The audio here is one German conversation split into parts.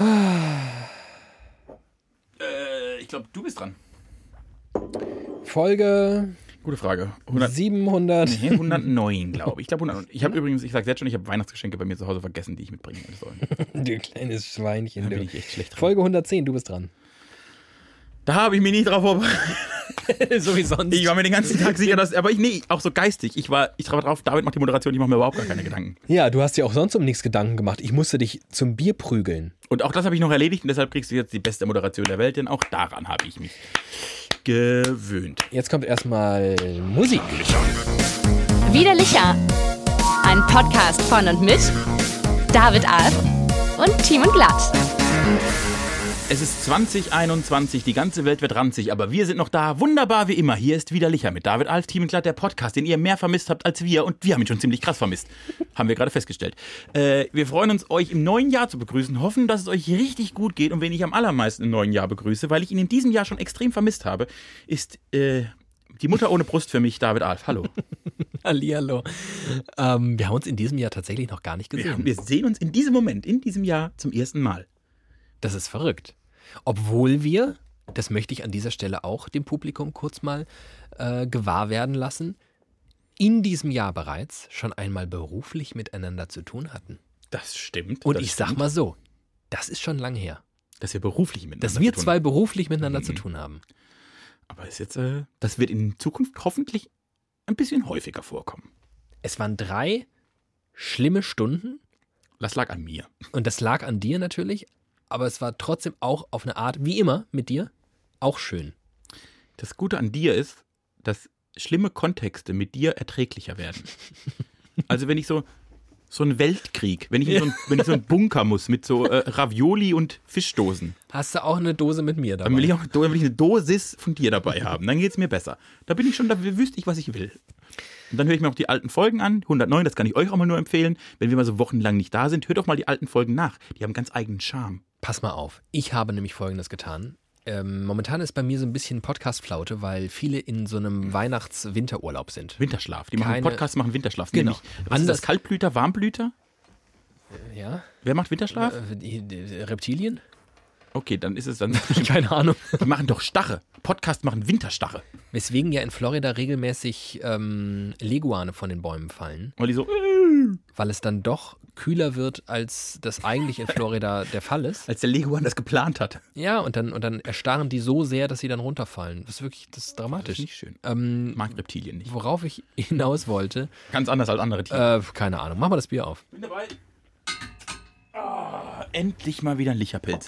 Äh, ich glaube, du bist dran. Folge Gute Frage. 100, 700. nee, 109, glaube ich. Ich glaube 100. Ich habe übrigens, ich sage jetzt schon, ich habe Weihnachtsgeschenke bei mir zu Hause vergessen, die ich mitbringen hätte sollen. Du kleines Schweinchen. Da bin Du. ich echt schlecht drin. Folge 110, du bist dran. Da habe ich mich nicht drauf vorbereitet. so wie sonst. Ich war mir den ganzen Tag sicher, dass. Aber ich, nee, auch so geistig. Ich war, ich war drauf, David macht die Moderation, ich mache mir überhaupt gar keine Gedanken. ja, du hast dir auch sonst um nichts Gedanken gemacht. Ich musste dich zum Bier prügeln. Und auch das habe ich noch erledigt und deshalb kriegst du jetzt die beste Moderation der Welt, denn auch daran habe ich mich gewöhnt. Jetzt kommt erstmal Musik. Widerlicher. Ein Podcast von und mit David Alf und Timon Glatt. Es ist 2021, die ganze Welt wird ranzig, aber wir sind noch da. Wunderbar wie immer. Hier ist Widerlicher mit David Alf, Team Glatt, der Podcast, den ihr mehr vermisst habt als wir. Und wir haben ihn schon ziemlich krass vermisst. Haben wir gerade festgestellt. Äh, wir freuen uns, euch im neuen Jahr zu begrüßen, hoffen, dass es euch richtig gut geht. Und wen ich am allermeisten im neuen Jahr begrüße, weil ich ihn in diesem Jahr schon extrem vermisst habe, ist äh, die Mutter ohne Brust für mich, David Alf. Hallo. Hallihallo. Ähm, wir haben uns in diesem Jahr tatsächlich noch gar nicht Wir, haben, wir sehen uns in diesem Moment, in diesem Jahr zum ersten Mal. Das ist verrückt. Obwohl wir, das möchte ich an dieser Stelle auch dem Publikum kurz mal äh, gewahr werden lassen, in diesem Jahr bereits schon einmal beruflich miteinander zu tun hatten. Das stimmt. Und das ich sag stimmt, mal so, das ist schon lang her, dass wir beruflich miteinander dass wir zu tun zwei haben. beruflich miteinander zu Mhm. tun haben. Aber ist jetzt, äh, das wird in Zukunft hoffentlich ein bisschen häufiger vorkommen. Es waren drei schlimme Stunden Das lag an mir. und das lag an dir natürlich, aber es war trotzdem auch auf eine Art, wie immer mit dir, auch schön. Das Gute an dir ist, dass schlimme Kontexte mit dir erträglicher werden. Also wenn ich so so einen Weltkrieg, wenn ich in so einen, wenn ich so einen Bunker muss mit so äh, Ravioli und Fischdosen, Hast du auch eine Dose mit mir dabei? dann will ich auch dann will ich eine Dosis von dir dabei haben. Dann geht's mir besser. Da bin ich schon, da wüsste ich, was ich will. Und dann höre ich mir auch die alten Folgen an. 109, das kann ich euch auch mal nur empfehlen. Wenn wir mal so wochenlang nicht da sind, hört doch mal die alten Folgen nach. Die haben ganz eigenen Charme. Pass mal auf, ich habe nämlich Folgendes getan. Ähm, momentan ist bei mir so ein bisschen Podcast-Flaute, weil viele in so einem Weihnachts-Winterurlaub sind. Winterschlaf. Die machen Keine- Podcasts, machen Winterschlaf. Genau. Nämlich, was ist Anders- das? Kaltblüter, Warmblüter? Ja? Wer macht Winterschlaf? Äh, die- die Reptilien? Okay, dann ist es dann. Keine Ahnung. Die machen doch Stache. Podcasts machen Winterstache. Weswegen ja in Florida regelmäßig ähm, Leguane von den Bäumen fallen, Weil die so, äh, weil es dann doch kühler wird, als das eigentlich in Florida der Fall ist. als der Leguan das geplant hat. Ja, und dann, und dann erstarren die so sehr, dass sie dann runterfallen. Das ist wirklich das ist Das ist dramatisch. nicht schön. Ich Ähm, mag Reptilien nicht. worauf ich hinaus wollte, Ganz anders als andere Tiere. äh, keine Ahnung, mach mal das Bier auf. bin dabei. Ah, endlich mal wieder ein Licherpilz.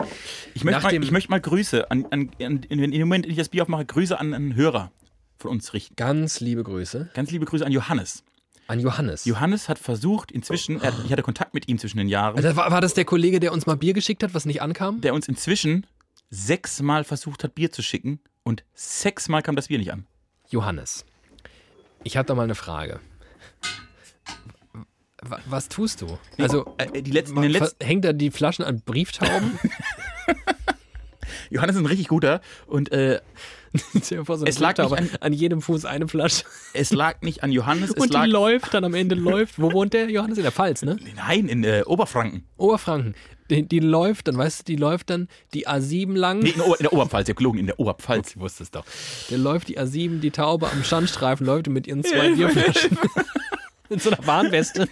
Ich möchte, Nach mal, dem- ich möchte mal Grüße an, an, an wenn im Moment, wenn ich das Bier aufmache, Grüße an einen Hörer von uns richten. Ganz liebe Grüße. Ganz liebe Grüße an Johannes. An Johannes. Johannes hat versucht, inzwischen, er, ich hatte Kontakt mit ihm zwischen den Jahren, Das Also, war, war das der Kollege, der uns mal Bier geschickt hat, was nicht ankam? der uns inzwischen sechsmal versucht hat, Bier zu schicken und sechsmal kam das Bier nicht an. Johannes, ich habe da mal eine Frage. W- Was tust du? Also äh, die letzten, in den ver- letzten, hängt er die Flaschen an Brieftauben? Johannes ist ein richtig guter und äh, Stell dir vor, so eine Es lag nicht Brieftaube, an jedem Fuß eine Flasche. es lag nicht an Johannes, es Und lag die läuft, dann am Ende läuft. Wo wohnt der? Johannes in der Pfalz, ne? nein in äh, Oberfranken, Oberfranken. Die, die läuft dann, weißt du, die läuft dann die A7 lang. nee, in, Ober, in der Oberpfalz, ich hab gelogen, in der Oberpfalz. Ich wusste es doch. Der läuft die A7, die Taube am Schandstreifen läuft und mit ihren zwei Bierflaschen. In so einer Warnweste.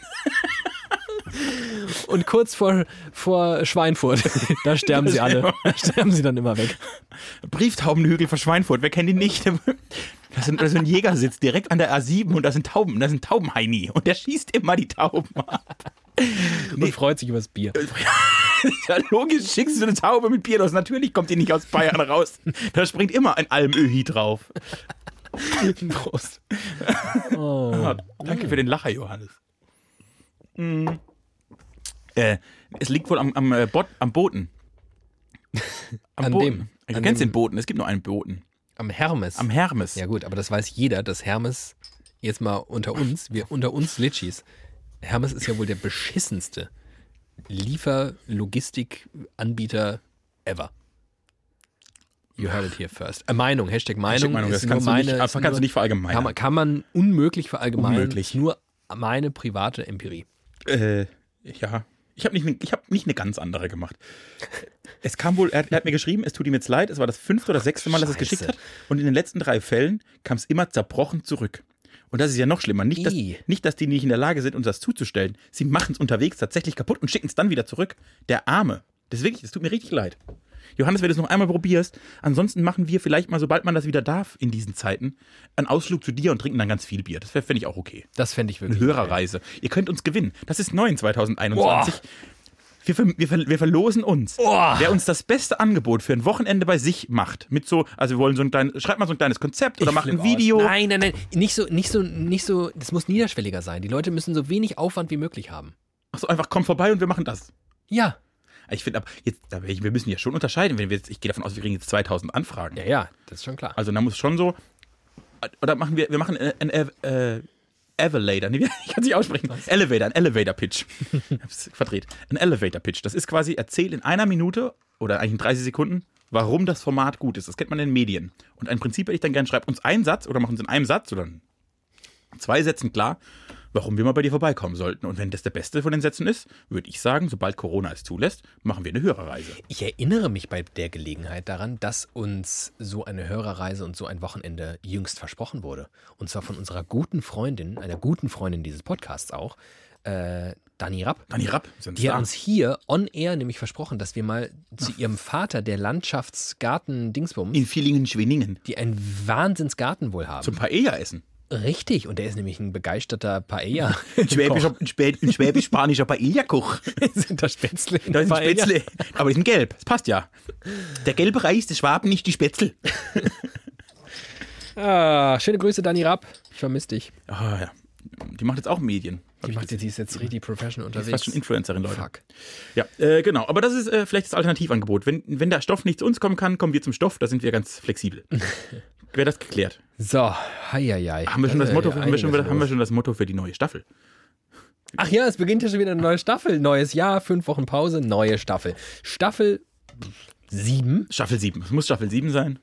Und kurz vor, vor Schweinfurt, da sterben sie alle. Da sterben sie dann immer weg. Brieftaubenhügel von Schweinfurt, wer kennt ihn nicht? Da sind, da so ein Jäger sitzt direkt an der A7 und da sind Tauben, da sind Taubenheini und der schießt immer die Tauben ab. Und freut sich über das Bier. Ja, logisch schickst du eine Taube mit Bier aus. Natürlich kommt die nicht aus Bayern raus. Da springt immer ein Almöhi drauf. Prost. Oh. Ah, danke für den Lacher, Johannes. Mm. Äh, es liegt wohl am, am, äh, Bot, am Boten. Am An Boten. dem. Du An kennst dem- den Boten, es gibt nur einen Boten. Am Hermes. Am Hermes. ja gut, aber das weiß jeder, dass Hermes, jetzt mal unter uns, wir unter uns Litschis, Hermes ist ja wohl der beschissenste Liefer-Logistik-Anbieter ever. You heard it here first. Äh, Meinung, Hashtag Meinung. Meinung, ist das nur kannst, du nicht, meine, ist kannst nur, du nicht verallgemeinern. Kann man, kann man unmöglich verallgemeinern. Unmöglich. Ist Nur meine private Empirie. ne Äh, ja. Ich habe nicht, ne- ich hab nicht eine ganz andere gemacht. Es kam wohl, er, hat- er hat mir geschrieben, es tut ihm jetzt leid, es war das fünfte oder sechste Mal, dass er es Scheiße. geschickt hat. Und in den letzten drei Fällen kam es immer zerbrochen zurück. Und das ist ja noch schlimmer. Nicht dass, Ih. nicht, dass die nicht in der Lage sind, uns das zuzustellen. Sie machen es unterwegs tatsächlich kaputt und schicken es dann wieder zurück. Der Arme. Das ist wirklich, das tut mir richtig leid. Johannes, wenn du es noch einmal probierst, ansonsten machen wir vielleicht mal, sobald man das wieder darf, in diesen Zeiten, einen Ausflug zu dir und trinken dann ganz viel Bier. Das fände ich auch okay. Das fände ich Eine wirklich. Hörerreise. Ihr könnt uns gewinnen. Das ist neu in 2021. Wir, ver wir, ver wir verlosen uns. Boah. Wer uns das beste Angebot für ein Wochenende bei sich macht, mit so, also wir wollen so ein kleines, schreibt mal so ein kleines Konzept oder Ich macht ein flipp Video. Aus. Nein, nein, nein. Nicht so, nicht so, nicht so, das muss niederschwelliger sein. Die Leute müssen so wenig Aufwand wie möglich haben. Ach so, einfach komm vorbei und wir machen das. Ja. Ich finde, aber jetzt, da- wir müssen ja schon unterscheiden. Wenn wir jetzt, ich gehe davon aus, wir kriegen jetzt 2000 Anfragen. Ja, ja, das ist schon klar. Also da muss schon so, oder machen wir, wir machen äh, ein Ev- äh, Elevator, nee, ich kann es nicht aussprechen. Elevator, ein Elevator-Pitch. Ich hab's verdreht. Ein Elevator-Pitch. Das ist quasi, erzähl in einer Minute oder eigentlich in 30 Sekunden, warum das Format gut ist. Das kennt man in den Medien. Und ein Prinzip hätte ich dann gerne, schreibt uns einen Satz oder machen uns in einem Satz oder in zwei Sätzen klar, warum wir mal bei dir vorbeikommen sollten. Und wenn das der beste von den Sätzen ist, würde ich sagen, sobald Corona es zulässt, machen wir eine Hörerreise. Ich erinnere mich bei der Gelegenheit daran, dass uns so eine Hörerreise und so ein Wochenende jüngst versprochen wurde. Und zwar von unserer guten Freundin, einer guten Freundin dieses Podcasts auch, äh, Dani Rapp. Dani Rapp, ist ein Die hat Star. uns hier on air nämlich versprochen, dass wir mal zu ihrem Vater, der Landschaftsgarten Dingsbums, in Villingen, Schwenningen die einen Wahnsinnsgarten wohl haben. zum Paella essen. Richtig, und der ist nämlich ein begeisterter Paella. Ein schwäbischer, ein Spä- ein schwäbisch-spanischer Paella-Koch. sind da Spätzle. in Da sind Paella? Spätzle. Aber die sind gelb. Das passt ja. Der gelbe Reis des Schwaben, nicht die Spätzle. Ah, schöne Grüße, Dani Rapp. Ich vermisse dich. Ah, ja. Die macht jetzt auch Medien. Hab Die, ich macht, die ist jetzt richtig professional das unterwegs. ist fast schon Influencerin, Leute. Fuck. Ja, äh, genau. Aber das ist äh, vielleicht das Alternativangebot. Wenn, wenn der Stoff nicht zu uns kommen kann, kommen wir zum Stoff. Da sind wir ganz flexibel. Wäre das geklärt? So, heieiei. Haben wir schon das Motto? Haben wir schon, haben wir schon das Motto für die neue Staffel? Ach ja, es beginnt ja schon wieder eine neue Staffel. Neues Jahr, fünf Wochen Pause, neue Staffel. Staffel sieben. Staffel 7. Es muss Staffel 7 sein.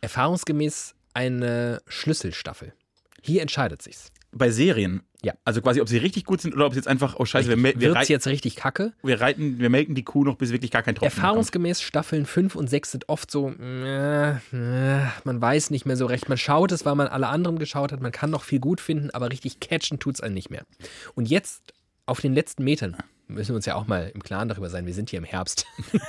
erfahrungsgemäß eine Schlüsselstaffel. Hier entscheidet sich's. Bei Serien. Ja. Also quasi, ob sie richtig gut sind oder ob sie jetzt einfach, oh Scheiße, wir, mel- wir, Wird's rei jetzt richtig kacke? wir reiten, wir melken die Kuh noch, bis wirklich gar kein Tropfen mehr kommt. Erfahrungsgemäß Staffeln 5 und 6 sind oft so, äh, äh, man weiß nicht mehr so recht. Man schaut es, weil man alle anderen geschaut hat. Man kann noch viel gut finden, aber richtig catchen tut's einen nicht mehr. Und jetzt auf den letzten Metern müssen wir uns ja auch mal im Klaren darüber sein, wir sind hier im Herbst.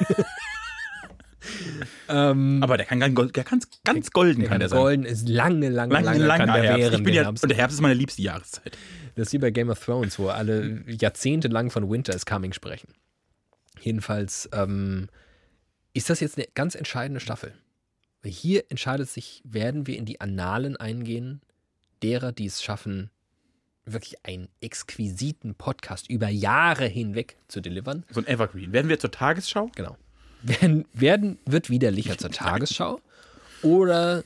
ähm, Aber der kann ganz, gold- der kann ganz golden kann der sein. Golden ist lange, lange, lange, Lange, lange, langer kann der Herbst. währen, Ich bin den ja, Herbst. und der Herbst ist meine liebste Jahreszeit. Das ist wie bei Game of Thrones, wo alle jahrzehntelang von Winter is Coming sprechen. Jedenfalls ähm, ist das jetzt eine ganz entscheidende Staffel. Weil hier entscheidet sich, werden wir in die Annalen eingehen, derer, die es schaffen, wirklich einen exquisiten Podcast über Jahre hinweg zu delivern. So ein Evergreen. Werden wir zur Tagesschau? Genau. Werden, werden wird widerlicher zur Tagesschau oder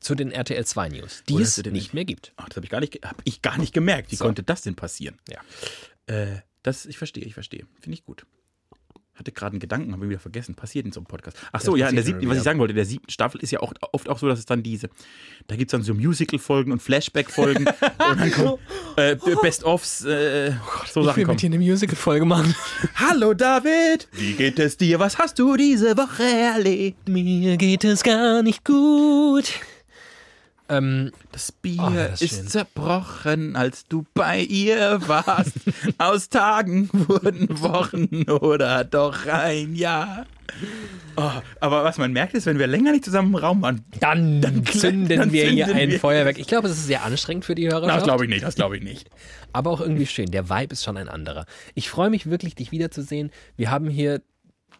zu den RTL 2 News, die Oder es zu den- nicht mehr gibt. Ach, das habe ich, gar nicht ge- hab ich gar nicht gemerkt. Wie So. konnte das denn passieren? Ja. Äh, das, ich verstehe, ich verstehe. Finde ich gut. Hatte gerade einen Gedanken, habe ihn wieder vergessen. Passiert in so einem Podcast. Ach so, Das ja, in der passiert siebten, immer was ich wieder. sagen wollte, in der siebten Staffel ist ja auch, oft auch so, dass es dann diese, da gibt es dann so Musical-Folgen und Flashback-Folgen und dann kommen äh, Best-Offs, äh, Oh so Sachen kommen. eine Musical-Folge machen. Hallo David, wie geht es dir? Was hast du diese Woche erlebt? Mir geht es gar nicht gut. Ähm, Das Bier Oh, ja, das ist ist schön. zerbrochen, als du bei ihr warst. Aus Tagen wurden Wochen oder doch ein Jahr. Oh, aber was man merkt ist, wenn wir länger nicht zusammen im Raum waren. dann, zünden dann wir hier zünden ein wir- Feuerwerk. Ich glaube, es ist sehr anstrengend für die Das Hörerschaft, glaube ich nicht, das glaube ich nicht. aber auch irgendwie schön. Der Vibe ist schon ein anderer. Ich freue mich wirklich, dich wiederzusehen. Wir haben hier,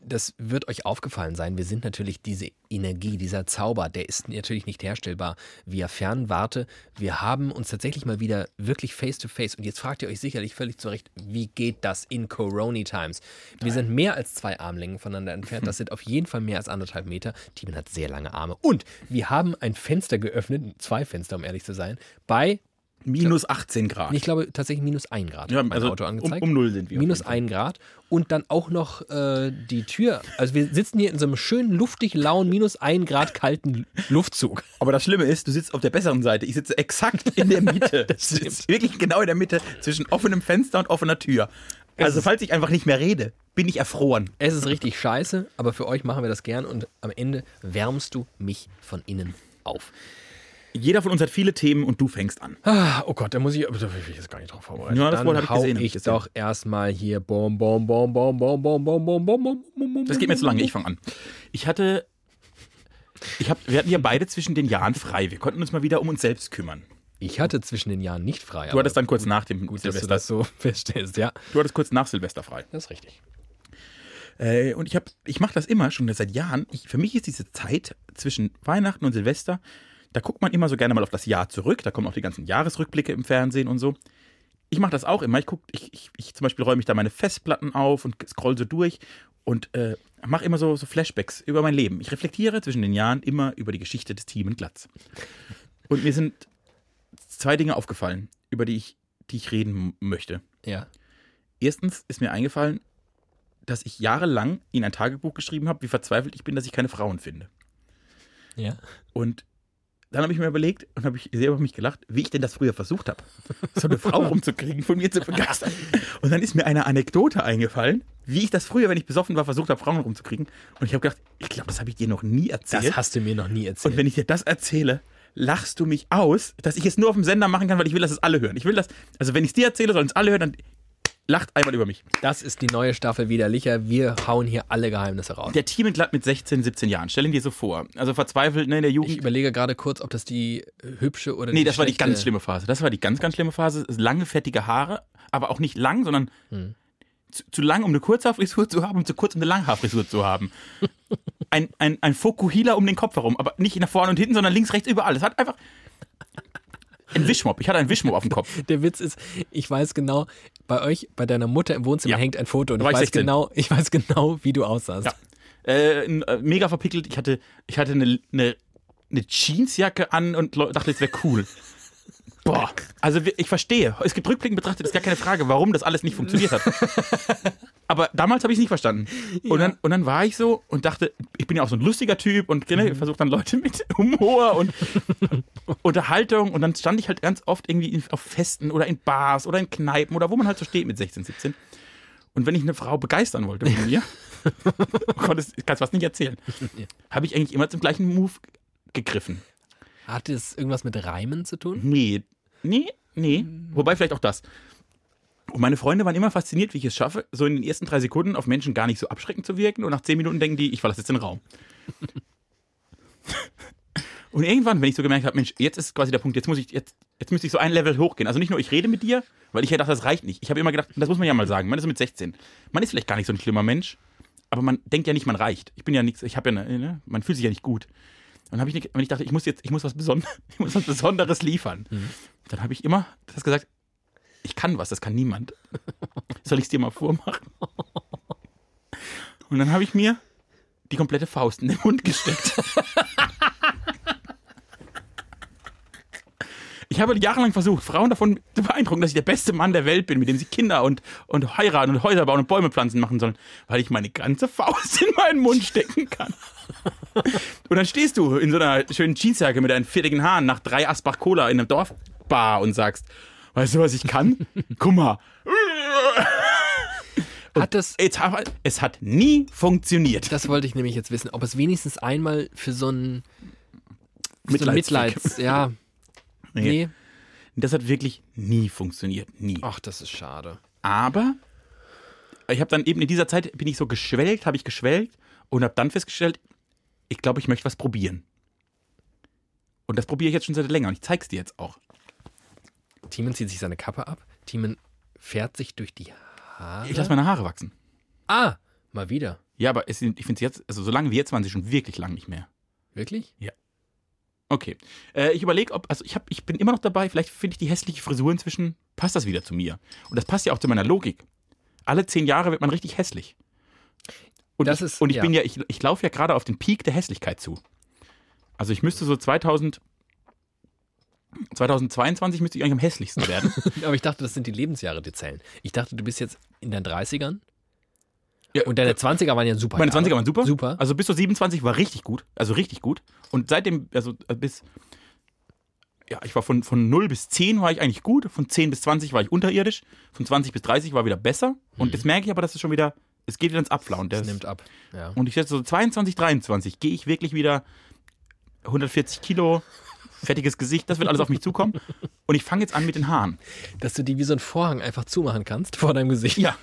das wird euch aufgefallen sein, wir sind natürlich diese Energie, dieser Zauber, der ist natürlich nicht herstellbar via Fernwarte. Wir haben uns tatsächlich mal wieder wirklich face-to-face. Und jetzt fragt ihr euch sicherlich völlig zu Recht, wie geht das in Corona Times? Wir sind mehr als zwei Armlängen voneinander entfernt. Das sind auf jeden Fall mehr als anderthalb Meter. Timen hat sehr lange Arme. Und wir haben ein Fenster geöffnet, zwei Fenster, um ehrlich zu sein, bei, Minus 18 Grad. ich glaube, tatsächlich minus ein Grad. Ja, hat mein also Auto um, angezeigt. um null sind wir. Minus ein Grad und dann auch noch äh, die Tür. Also wir sitzen hier in so einem schönen, luftig lauen, minus ein Grad kalten Luftzug. Aber das Schlimme ist, du sitzt auf der besseren Seite. Ich sitze exakt in der Mitte. das stimmt. Wirklich genau in der Mitte zwischen offenem Fenster und offener Tür. Also falls ich einfach nicht mehr rede, bin ich erfroren. Es ist richtig scheiße, aber für euch machen wir das gern und am Ende wärmst du mich von innen auf. Jeder von uns hat viele Themen und du fängst an. Ah, oh Gott, da muss ich, da bin ich jetzt gar nicht drauf vorbereitet. Ja, das Dann Wort hab ich hau gesehen, hab ich ich gesehen. doch erstmal hier bom, bom, bom, bom, bom, bom, bom, bom, bom, bom, bom, bom. Das geht mir zu lange, ich fange an. Ich hatte. Ich hab, wir hatten ja beide zwischen den Jahren frei. Wir konnten uns mal wieder um uns selbst kümmern. Ich hatte zwischen den Jahren nicht frei. Du hattest dann kurz nach dem gut, dass du Silvester. das so feststellst, ja. du hattest kurz nach Silvester frei. Das ist richtig. Äh, und ich habe, ich mache das immer schon seit Jahren. Ich, für mich ist diese Zeit zwischen Weihnachten und Silvester, da guckt man immer so gerne mal auf das Jahr zurück. Da kommen auch die ganzen Jahresrückblicke im Fernsehen und so. Ich mache das auch immer. Ich guck, ich, ich, ich zum Beispiel räume ich da meine Festplatten auf und scroll so durch und äh, mache immer so, so Flashbacks über mein Leben. Ich reflektiere zwischen den Jahren immer über die Geschichte des Team Glatz. Und mir sind zwei Dinge aufgefallen, über die ich, die ich reden m- möchte. Ja. Erstens ist mir eingefallen, dass ich jahrelang in ein Tagebuch geschrieben habe, wie verzweifelt ich bin, dass ich keine Frauen finde. Ja. Und dann habe ich mir überlegt und habe ich sehr über mich gelacht, wie ich denn das früher versucht habe, so eine Frau rumzukriegen, von mir zu begeistern. Und dann ist mir eine Anekdote eingefallen, wie ich das früher, wenn ich besoffen war, versucht habe, Frauen rumzukriegen. Und ich habe gedacht, ich glaube, das habe ich dir noch nie erzählt. Das hast du mir noch nie erzählt. Und wenn ich dir das erzähle, lachst du mich aus, dass ich es nur auf dem Sender machen kann, weil ich will, dass es alle hören. Ich will das, also wenn ich es dir erzähle, sollen es alle hören, dann lacht einmal über mich. das ist die neue Staffel Widerlicher. Wir hauen hier alle Geheimnisse raus. Der Team in Glatt mit 16, 17 Jahren, stell ihn dir so vor. Also verzweifelt ne, in der Ich Jugend. überlege gerade kurz, ob das die äh, hübsche oder nee, das war die schlechte- ganz schlimme Phase. Das war die ganz, ganz schlimme Phase. Lange, fettige Haare, aber auch nicht lang, sondern zu, zu lang, um eine Kurzhaarfrisur zu haben und zu kurz, um eine Langhaarfrisur zu haben. ein, ein, ein Fokuhila um den Kopf herum, aber nicht nach vorne und hinten, sondern links, rechts, überall. Es hat einfach... Ein Wischmob. Ich hatte einen Wischmob auf dem Kopf. Der Witz ist, ich weiß genau, bei euch, bei deiner Mutter im Wohnzimmer Ja. hängt ein Foto und Da ich war ich weiß 16. genau, ich weiß genau, wie du aussahst. Ja. Äh, n- äh, mega verpickelt. Ich hatte, ich hatte eine, eine, eine Jeansjacke an und leu- dachte, das wäre cool. Boah, also wir- ich verstehe. Es gibt rückblickend betrachtet, ist gar keine Frage, warum das alles nicht funktioniert hat. Aber damals habe ich es nicht verstanden. Und, dann, und dann war ich so und dachte, ich bin ja auch so ein lustiger Typ und ne, versuche dann Leute mit Humor und Unterhaltung. Und dann stand ich halt ganz oft irgendwie in, auf Festen oder in Bars oder in Kneipen oder wo man halt so steht mit 16, 17. Und wenn ich eine Frau begeistern wollte von mir, konntest, kannst was nicht erzählen, habe ich eigentlich immer zum gleichen Move gegriffen. Hatte es irgendwas mit Reimen zu tun? Nee, nee, nee. Wobei vielleicht auch das. Und meine Freunde waren immer fasziniert, wie ich es schaffe, so in den ersten drei Sekunden auf Menschen gar nicht so abschreckend zu wirken. Und nach zehn Minuten denken die, ich verlasse jetzt den Raum. und irgendwann, wenn ich so gemerkt habe, Mensch, jetzt ist quasi der Punkt, jetzt muss ich, jetzt, jetzt müsste ich so ein Level hochgehen. Also nicht nur ich rede mit dir, weil ich ja dachte, das reicht nicht. Ich habe immer gedacht, das muss man ja mal sagen, man ist so mit 16. Man ist vielleicht gar nicht so ein schlimmer Mensch, aber man denkt ja nicht, man reicht. Ich bin ja nichts, ich habe ja, eine, ne, man fühlt sich ja nicht gut. Und habe ich, nicht- wenn ich dachte, ich muss jetzt, ich muss was Besonderes, ich muss was Besonderes liefern, dann habe ich immer das gesagt, ich kann was, das kann niemand. Soll ich es dir mal vormachen? Und dann habe ich mir die komplette Faust in den Mund gesteckt. Ich habe jahrelang versucht, Frauen davon zu beeindrucken, dass ich der beste Mann der Welt bin, mit dem sie Kinder und, und heiraten und Häuser bauen und Bäume pflanzen machen sollen, weil ich meine ganze Faust in meinen Mund stecken kann. Und dann stehst du in so einer schönen Jeansjacke mit deinen fettigen Haaren nach drei Asbach Cola in einem Dorfbar und sagst, weißt du, was ich kann? Guck mal. Hat es, Jetzt, hab- es hat nie funktioniert. das wollte ich nämlich jetzt wissen, ob es wenigstens einmal für so einen für so einen Mitleidsfick. Mitleids, ja. Nee. Nee. Oh. Das hat wirklich nie funktioniert. Nie. Ach, das ist schade. Aber ich habe dann eben in dieser Zeit bin ich so geschwelgt, habe ich geschwelgt und habe dann festgestellt, ich glaube, ich möchte was probieren. Und das probiere ich jetzt schon seit länger und ich zeig's dir jetzt auch. Thiemann zieht sich seine Kappe ab. Thiemann fährt sich durch die Haare. Ich lasse meine Haare wachsen. ah, mal wieder. Ja, aber es sind, ich finde jetzt, also so lange wie jetzt waren sie schon wirklich lang nicht mehr. Wirklich? Okay. Äh, ich überlege, ob, also ich, hab, ich bin immer noch dabei, vielleicht finde ich die hässliche Frisur inzwischen, passt das wieder zu mir. Und das passt ja auch zu meiner Logik. Alle zehn Jahre wird man richtig hässlich. Und Das ich, ist- und ich ja. bin ja, ich, ich laufe ja gerade auf den Peak der Hässlichkeit zu. Also ich müsste so 2000, 2022 müsste ich eigentlich am hässlichsten werden. Aber ich dachte, das sind die Lebensjahre, die zählen. Ich dachte, du bist jetzt in deinen 30ern. Ja, Und deine 20er waren ja super. Meine Jahre. 20er waren super. Super. Also bis zu 27 war richtig gut. Also richtig gut. Und seitdem, also bis. also ja, ich war von, von 0 bis 10 war ich eigentlich gut, von 10 bis 20 war ich unterirdisch, von 20 bis 30 war wieder besser. Und jetzt merke ich aber, dass es schon wieder, Mhm. es geht wieder ins Abflauen. Das Das- nimmt ab. Ja. Und ich schätze so 22, 23 gehe ich wirklich wieder 140 Kilo, fettiges Gesicht, das wird alles auf mich zukommen. Und ich fange jetzt an mit den Haaren. Dass du die wie so einen Vorhang einfach zumachen kannst vor deinem Gesicht. Ja.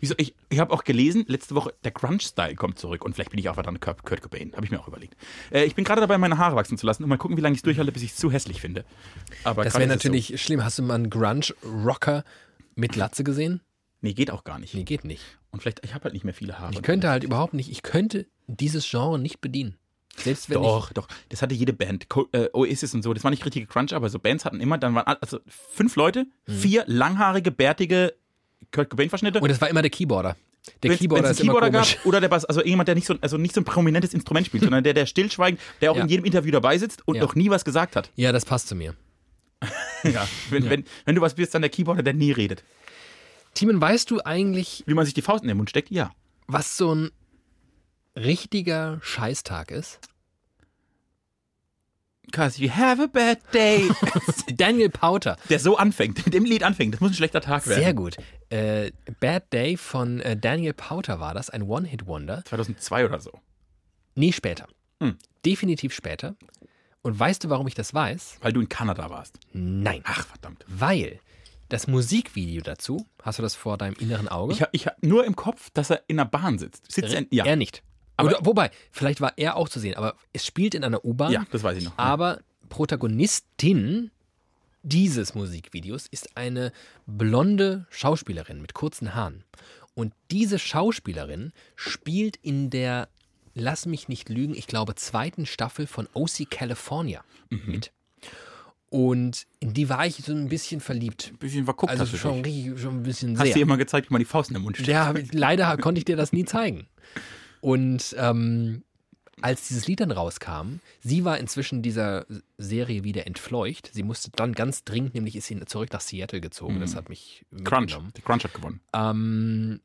Wieso? Ich, ich habe auch gelesen, letzte Woche, der Crunch-Style kommt zurück. Und vielleicht bin ich auch dran Kurt, Kurt Cobain. Habe ich mir auch überlegt. Äh, ich bin gerade dabei, meine Haare wachsen zu lassen und mal gucken, wie lange ich es durchhalte, bis ich es zu hässlich finde. Aber Das gerade wäre ist es natürlich schlimm. Hast du mal einen Grunge-Rocker mit Latze So. gesehen? Nee, geht auch gar nicht. Nee, geht nicht. Und vielleicht, ich habe halt nicht mehr viele Haare. Ich könnte halt überhaupt nicht, ich könnte dieses Genre nicht bedienen. Selbst wenn doch, doch. Das hatte jede Band. Co äh, Oasis und so. Das war nicht richtige Crunch, aber so Bands hatten immer, dann waren all- also fünf Leute, vier langhaarige, bärtige Kurt Cobain-Verschnitte. ich. Mhm. Und das war immer der Keyboarder. Der Wenn's- Keyboarder wenn's ist einen immer Keyboarder komisch. gab oder der Bass, also jemand, der nicht so, ein- also nicht so ein prominentes Instrument spielt, sondern der, der stillschweigend, der auch Ja. in jedem Interview dabei sitzt und Ja. noch nie was gesagt hat. Ja, das passt zu mir. Ja. Wenn, Wenn, wenn du was bist, dann der Keyboarder, der nie redet. Timon, weißt du eigentlich, Wie man sich die Faust in den Mund steckt, ja. was so ein richtiger Scheißtag ist? Cause you have a bad day. Daniel Powter. der so anfängt, mit dem Lied anfängt. Das muss ein schlechter Tag werden. Sehr gut. Äh, Bad Day von äh, Daniel Powter war das, ein One-Hit-Wonder. 2002 oder so. Nee, später. Hm. Definitiv später. Und weißt du, warum ich das weiß? Weil du in Kanada warst. Nein. Ach, verdammt. Weil das Musikvideo dazu, hast du das vor deinem inneren Auge? Ich, hab- ich hab nur im Kopf, dass er in der Bahn sitzt. Sitzt er, in- ja. Er nicht. Aber- Oder, wobei, vielleicht war er auch zu sehen, aber es spielt in einer U-Bahn. ja, das weiß ich noch. Aber Protagonistin dieses Musikvideos ist eine blonde Schauspielerin mit kurzen Haaren. Und diese Schauspielerin spielt in der, lass mich nicht lügen, ich glaube, zweiten Staffel von OC California Mhm. mit. Und in die war ich so ein bisschen verliebt. Ein bisschen verguckt Also hast du schon, dich. richtig, schon ein bisschen Hast sehr. dir immer gezeigt, wie man die Faust in den Mund steckt. Ja, leider konnte ich dir das nie zeigen. Und ähm, als dieses Lied dann rauskam, sie war inzwischen dieser Serie wieder entfleucht. Sie musste dann ganz dringend, nämlich ist sie zurück nach Seattle gezogen. Das hat mich Crunch. mitgenommen. Der Crunch hat gewonnen. Ähm,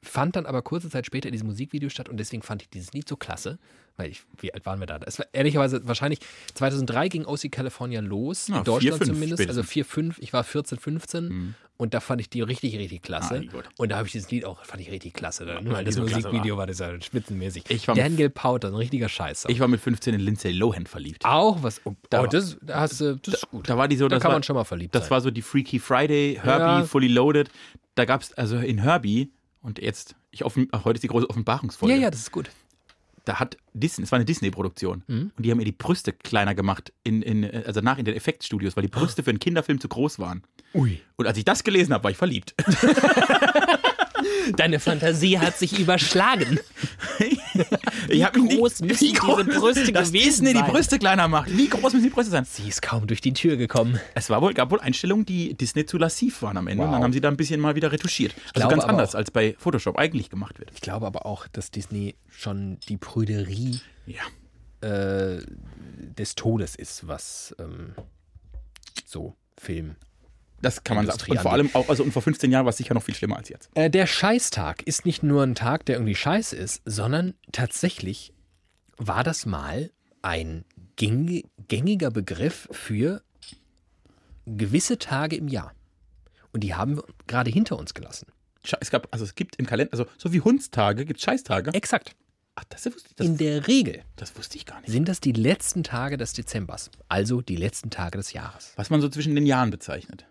fand dann aber kurze Zeit später in diesem Musikvideo statt und deswegen fand ich dieses Lied so klasse. Weil ich, wie alt waren wir da? Es war ehrlicherweise wahrscheinlich 2003 ging OC California los, Ja, in Deutschland vier, fünf zumindest, also spätestens. Mhm. 4, 5, ich war 14, 15 und da fand ich die richtig, richtig klasse. Ah, gut. und da habe ich dieses Lied auch, fand ich richtig klasse. Nur weil die das so klasse Musikvideo war. das ja spitzenmäßig. Ich war mit- Daniel Powter, ein richtiger Scheißer. Ich war mit 15 in Lindsay Lohan verliebt. auch was, oh, Da oh, war- das, da hast du, das ist gut. Da war die so, Da das kann war, man schon mal verliebt Das sein. war so die Freaky Friday, Herbie, Ja. Fully Loaded. Da gab es, also in Herbie, und jetzt, ich offen, ach, heute ist die große Offenbarungsfolge. ja, ja, das ist gut. Da hat Disney, es war eine Disney-Produktion. Mhm. Und die haben ihr die Brüste kleiner gemacht, in, in, also nach in den Effektstudios, weil die Brüste für einen Kinderfilm zu groß waren. Ui. Und als ich das gelesen habe, war ich verliebt. Deine Fantasie hat sich überschlagen. Ich hab mich groß müssen wie groß- diese Brüste dass gewesen Disney sein? die Brüste kleiner macht. Wie groß müssen die Brüste sein? Die ist kaum durch die Tür gekommen. Es war wohl, gab wohl Einstellungen, die Disney zu lassiv waren am Ende. Und Wow. dann haben sie da ein bisschen mal wieder retuschiert. Also glaube ganz aber anders, auch- als bei Photoshop eigentlich gemacht wird. Ich glaube aber auch, dass Disney schon die Prüderie Ja. äh, des Todes ist, was ähm, so Film. Das kann man sagen. Industrie Und vor allem angeht. auch, also und vor 15 Jahren war es sicher noch viel schlimmer als jetzt. Äh, der Scheißtag ist nicht nur ein Tag, der irgendwie scheiße ist, sondern tatsächlich war das mal ein gäng- gängiger Begriff für gewisse Tage im Jahr. Und die haben wir gerade hinter uns gelassen. Sche- Es gab, also es gibt im Kalender, also so wie Hundstage gibt es Scheißtage. Exakt. Ach, das wusste ich, das, In der Regel das wusste ich gar nicht. sind das die letzten Tage des Dezembers, also die letzten Tage des Jahres. Was man so zwischen den Jahren bezeichnet.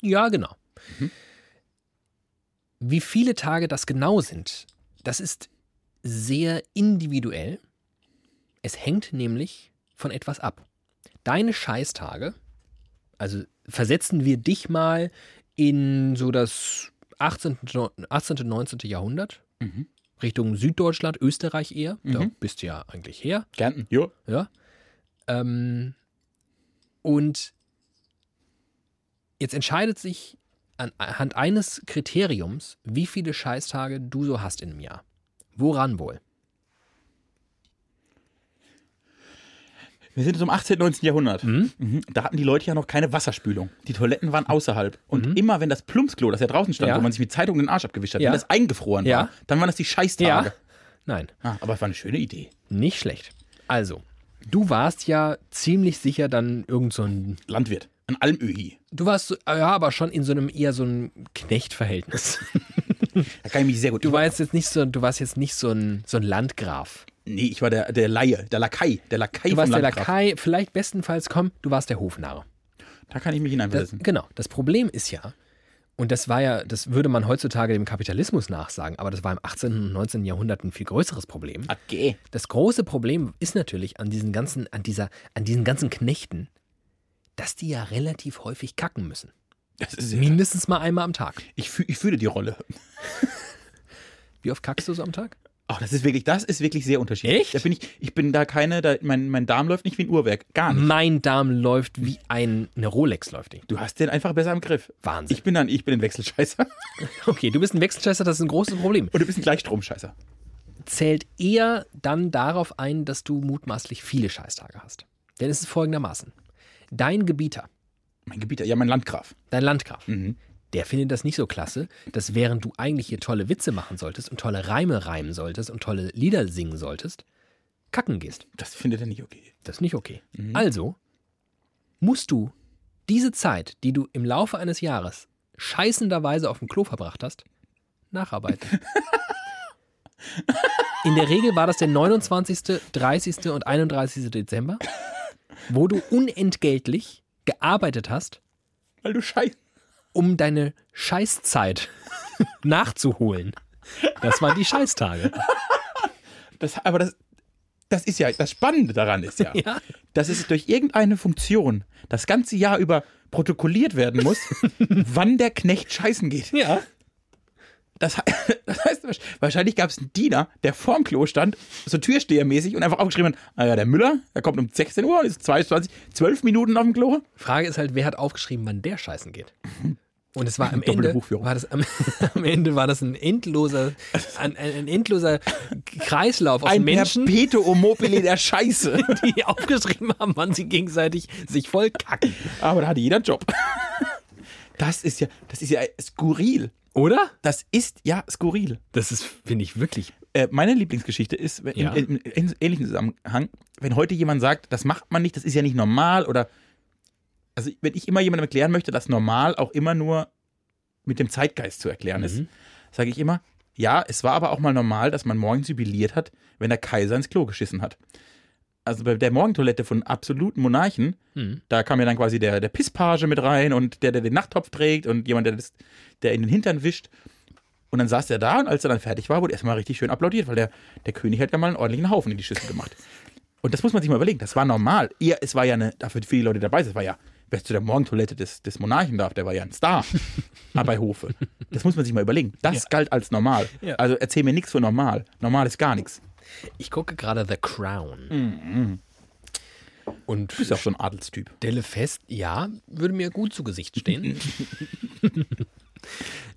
Ja, genau. Mhm. Wie viele Tage das genau sind, das ist sehr individuell. Es hängt nämlich von etwas ab. Deine Scheißtage, also versetzen wir dich mal in so das 18., und 18. 19. Jahrhundert, Mhm. Richtung Süddeutschland, Österreich eher. Da Mhm. bist du ja eigentlich her. Kärnten? Jo. Ja. Ähm, und jetzt entscheidet sich an- anhand eines Kriteriums, wie viele Scheißtage du so hast in einem Jahr. Woran wohl? Wir sind jetzt im 18., 19. Jahrhundert. Mhm. Da hatten die Leute ja noch keine Wasserspülung. Die Toiletten waren außerhalb. Und immer, wenn das Plumpsklo, das ja draußen stand, Mhm. Ja. wo man sich mit Zeitungen den Arsch abgewischt hat, Ja. wenn das eingefroren Ja. war, dann waren das die Scheißtage. Nein, Ah, aber es war eine schöne Idee. nicht schlecht. Also, Du warst ja ziemlich sicher dann irgend so ein. Landwirt. Ein Almöhi. Du warst so- ja, aber schon in so einem eher so einem Knechtverhältnis. Da kann ich mich sehr gut. Du warst jetzt nicht so, du warst jetzt nicht so ein, so ein Landgraf. nee, ich war der, der Laie, der Lakai. Der Lakai Du warst vom der Landgraf. Lakai, vielleicht bestenfalls komm, du warst der Hofnarr. Da kann ich mich Das, hineinversetzen. genau. Das Problem ist ja, und das war ja, das würde man heutzutage dem Kapitalismus nachsagen, aber das war im 18. und 19. Jahrhundert ein viel größeres Problem. Okay. Das große Problem ist natürlich an diesen ganzen, an dieser, an diesen ganzen Knechten, dass die ja relativ häufig kacken müssen. Das ist Mindestens mal einmal am Tag. ich, fühl, ich fühle die Rolle. Wie oft kackst du so am Tag? Ach, das ist wirklich, das ist wirklich sehr unterschiedlich. Echt? Da bin ich, ich bin da keine, da, mein, mein Darm läuft nicht wie ein Uhrwerk. Gar nicht. Mein Darm läuft wie ein, eine Rolex läuft die. Du hast den einfach besser im Griff. Wahnsinn. Ich bin dann, ich bin ein Wechselscheißer. okay, du bist ein Wechselscheißer, das ist ein großes Problem. Und du bist ein Gleichstromscheißer. Zählt eher dann darauf ein, dass du mutmaßlich viele Scheißtage hast. Denn es ist folgendermaßen. Dein Gebieter, Mein Gebieter, ja, mein Landgraf. dein Landgraf, Mhm. der findet das nicht so klasse, dass während du eigentlich hier tolle Witze machen solltest und tolle Reime reimen solltest und tolle Lieder singen solltest, kacken gehst. Das findet er nicht okay. Das ist nicht okay. Also musst du diese Zeit, die du im Laufe eines Jahres scheißenderweise auf dem Klo verbracht hast, nacharbeiten. In der Regel war das der 29., 30. und 31. Dezember, wo du unentgeltlich gearbeitet hast, Weil du scheiß. um deine Scheißzeit nachzuholen. Das waren die Scheißtage. Das, aber das, das ist ja, das Spannende daran ist ja, Ja. dass es durch irgendeine Funktion das ganze Jahr über protokolliert werden muss, wann der Knecht scheißen geht. Ja. Das, he- das heißt, wahrscheinlich gab es einen Diener, der vorm Klo stand, so türstehermäßig und einfach aufgeschrieben hat, ah ja, der Müller, der kommt um 16 Uhr und ist 22, 12 Minuten auf dem Klo. Frage ist halt, wer hat aufgeschrieben, wann der scheißen geht? Und es war am Doppelte Ende, Buchführung. war das am, am Ende war das ein endloser, ein, ein, ein endloser Kreislauf aus Ein Menschen, Perpetuum mobile der Scheiße. die aufgeschrieben haben, wann sie gegenseitig sich voll kacken. Aber da hatte jeder einen Job. Das ist ja, das ist ja skurril. Oder? Das ist ja skurril. Das ist, finde ich, wirklich. Äh, meine Lieblingsgeschichte ist, wenn, Ja. im, im, im ähnlichen Zusammenhang, wenn heute jemand sagt, das macht man nicht, das ist ja nicht normal oder. Also, wenn ich immer jemandem erklären möchte, dass normal auch immer nur mit dem Zeitgeist zu erklären ist, Mhm. sage ich immer, ja, es war aber auch mal normal, dass man morgens jubiliert hat, wenn der Kaiser ins Klo geschissen hat. Also bei der Morgentoilette von absoluten Monarchen, Mhm. da kam ja dann quasi der, der Pisspage mit rein und der, der den Nachttopf trägt und jemand, der, das, der in den Hintern wischt. Und dann saß der da und als er dann fertig war, wurde erstmal richtig schön applaudiert, weil der, der König hat ja mal einen ordentlichen Haufen in die Schüssel gemacht. Und das muss man sich mal überlegen, das war normal. Ihr, es war ja eine, dafür viele Leute dabei, sind, es war ja, wer zu der Morgentoilette des, des Monarchen darf, der war ja ein Star Ah, bei Hofe. Das muss man sich mal überlegen. Das galt als normal. Ja. Also erzähl mir nichts von normal. Normal ist gar nichts. Ich gucke gerade The Crown. Mhm. Und Du bist ja auch so ein Adelstyp. Delle Fest, ja, würde mir gut zu Gesicht stehen.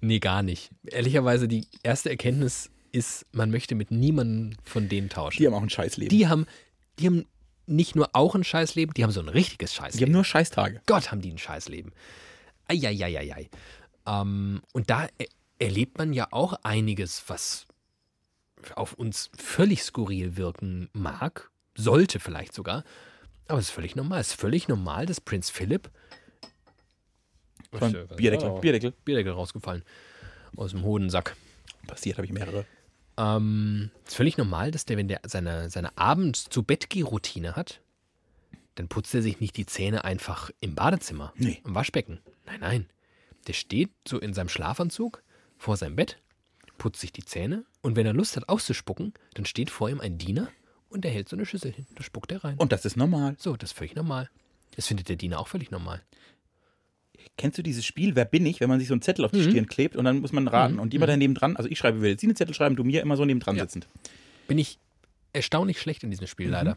nee, gar nicht. Ehrlicherweise, die erste Erkenntnis ist, man möchte mit niemandem von denen tauschen. Die haben auch ein Scheißleben. Die haben, die haben nicht nur auch ein Scheißleben, die haben so ein richtiges die Scheißleben. haben nur Scheißtage. Gott, haben die ein Scheißleben. Eieieiei. Ähm, und da e- erlebt man ja auch einiges, was auf uns völlig skurril wirken mag, sollte vielleicht sogar. Aber es ist völlig normal. Es ist völlig normal, dass Prinz Philipp So ein Bierdeckel. Oh. Bierdeckel. Bierdeckel rausgefallen aus dem Hodensack. Passiert, habe ich mehrere. Ähm, ist völlig normal, dass der, wenn der seine, seine Abends-zu-Bett-Geh-Routine hat, dann putzt er sich nicht die Zähne einfach im Badezimmer, Nee. im Waschbecken. Nein, nein. Der steht so in seinem Schlafanzug vor seinem Bett, putzt sich die Zähne und wenn er Lust hat auszuspucken, dann steht vor ihm ein Diener und der hält so eine Schüssel hin. Da spuckt er rein. Und das ist normal. so, das ist völlig normal. Das findet der Diener auch völlig normal. Kennst du dieses Spiel, wer bin ich, wenn man sich so einen Zettel auf die Mhm. Stirn klebt und dann muss man raten und immer daneben dran, also ich schreibe, will jetzt sie einen Zettel schreiben, du mir immer so neben dran sitzend. Bin ich erstaunlich schlecht in diesem Spiel, Mhm. leider.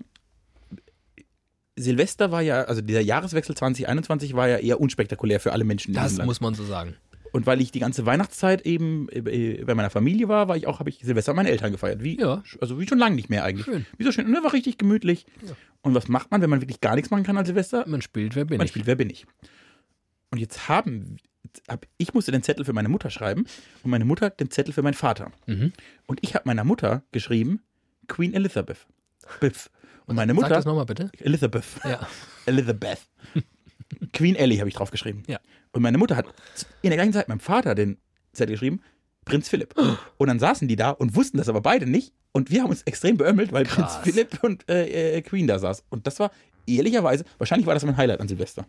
Silvester war ja, also dieser Jahreswechsel 2021 war ja eher unspektakulär für alle Menschen in Das diesem Land. muss man so sagen. Und weil ich die ganze Weihnachtszeit eben äh, bei meiner Familie war, war ich auch, habe ich Silvester mit meinen Eltern gefeiert. Wie, Ja. Also wie schon lange nicht mehr eigentlich. Schön. Wie so schön. Und das war richtig gemütlich. Und was macht man, wenn man wirklich gar nichts machen kann an Silvester? Man spielt, wer bin Man ich? spielt Wer bin ich? Und jetzt haben, jetzt hab, ich musste den Zettel für meine Mutter schreiben und meine Mutter den Zettel für meinen Vater. Mhm. Und ich habe meiner Mutter geschrieben, Queen Elizabeth. Biff. Und meine Sag Mutter, das nochmal bitte. Elizabeth. Ja. Elizabeth. Queen Ellie habe ich draufgeschrieben. Ja. Und meine Mutter hat in der gleichen Zeit meinem Vater den Zettel geschrieben, Prinz Philipp. Und dann saßen die da und wussten das aber beide nicht. Und wir haben uns extrem beömmelt, weil Krass. Prinz Philipp und äh, äh, Queen da saß. Und das war ehrlicherweise, wahrscheinlich war das mein Highlight an Silvester.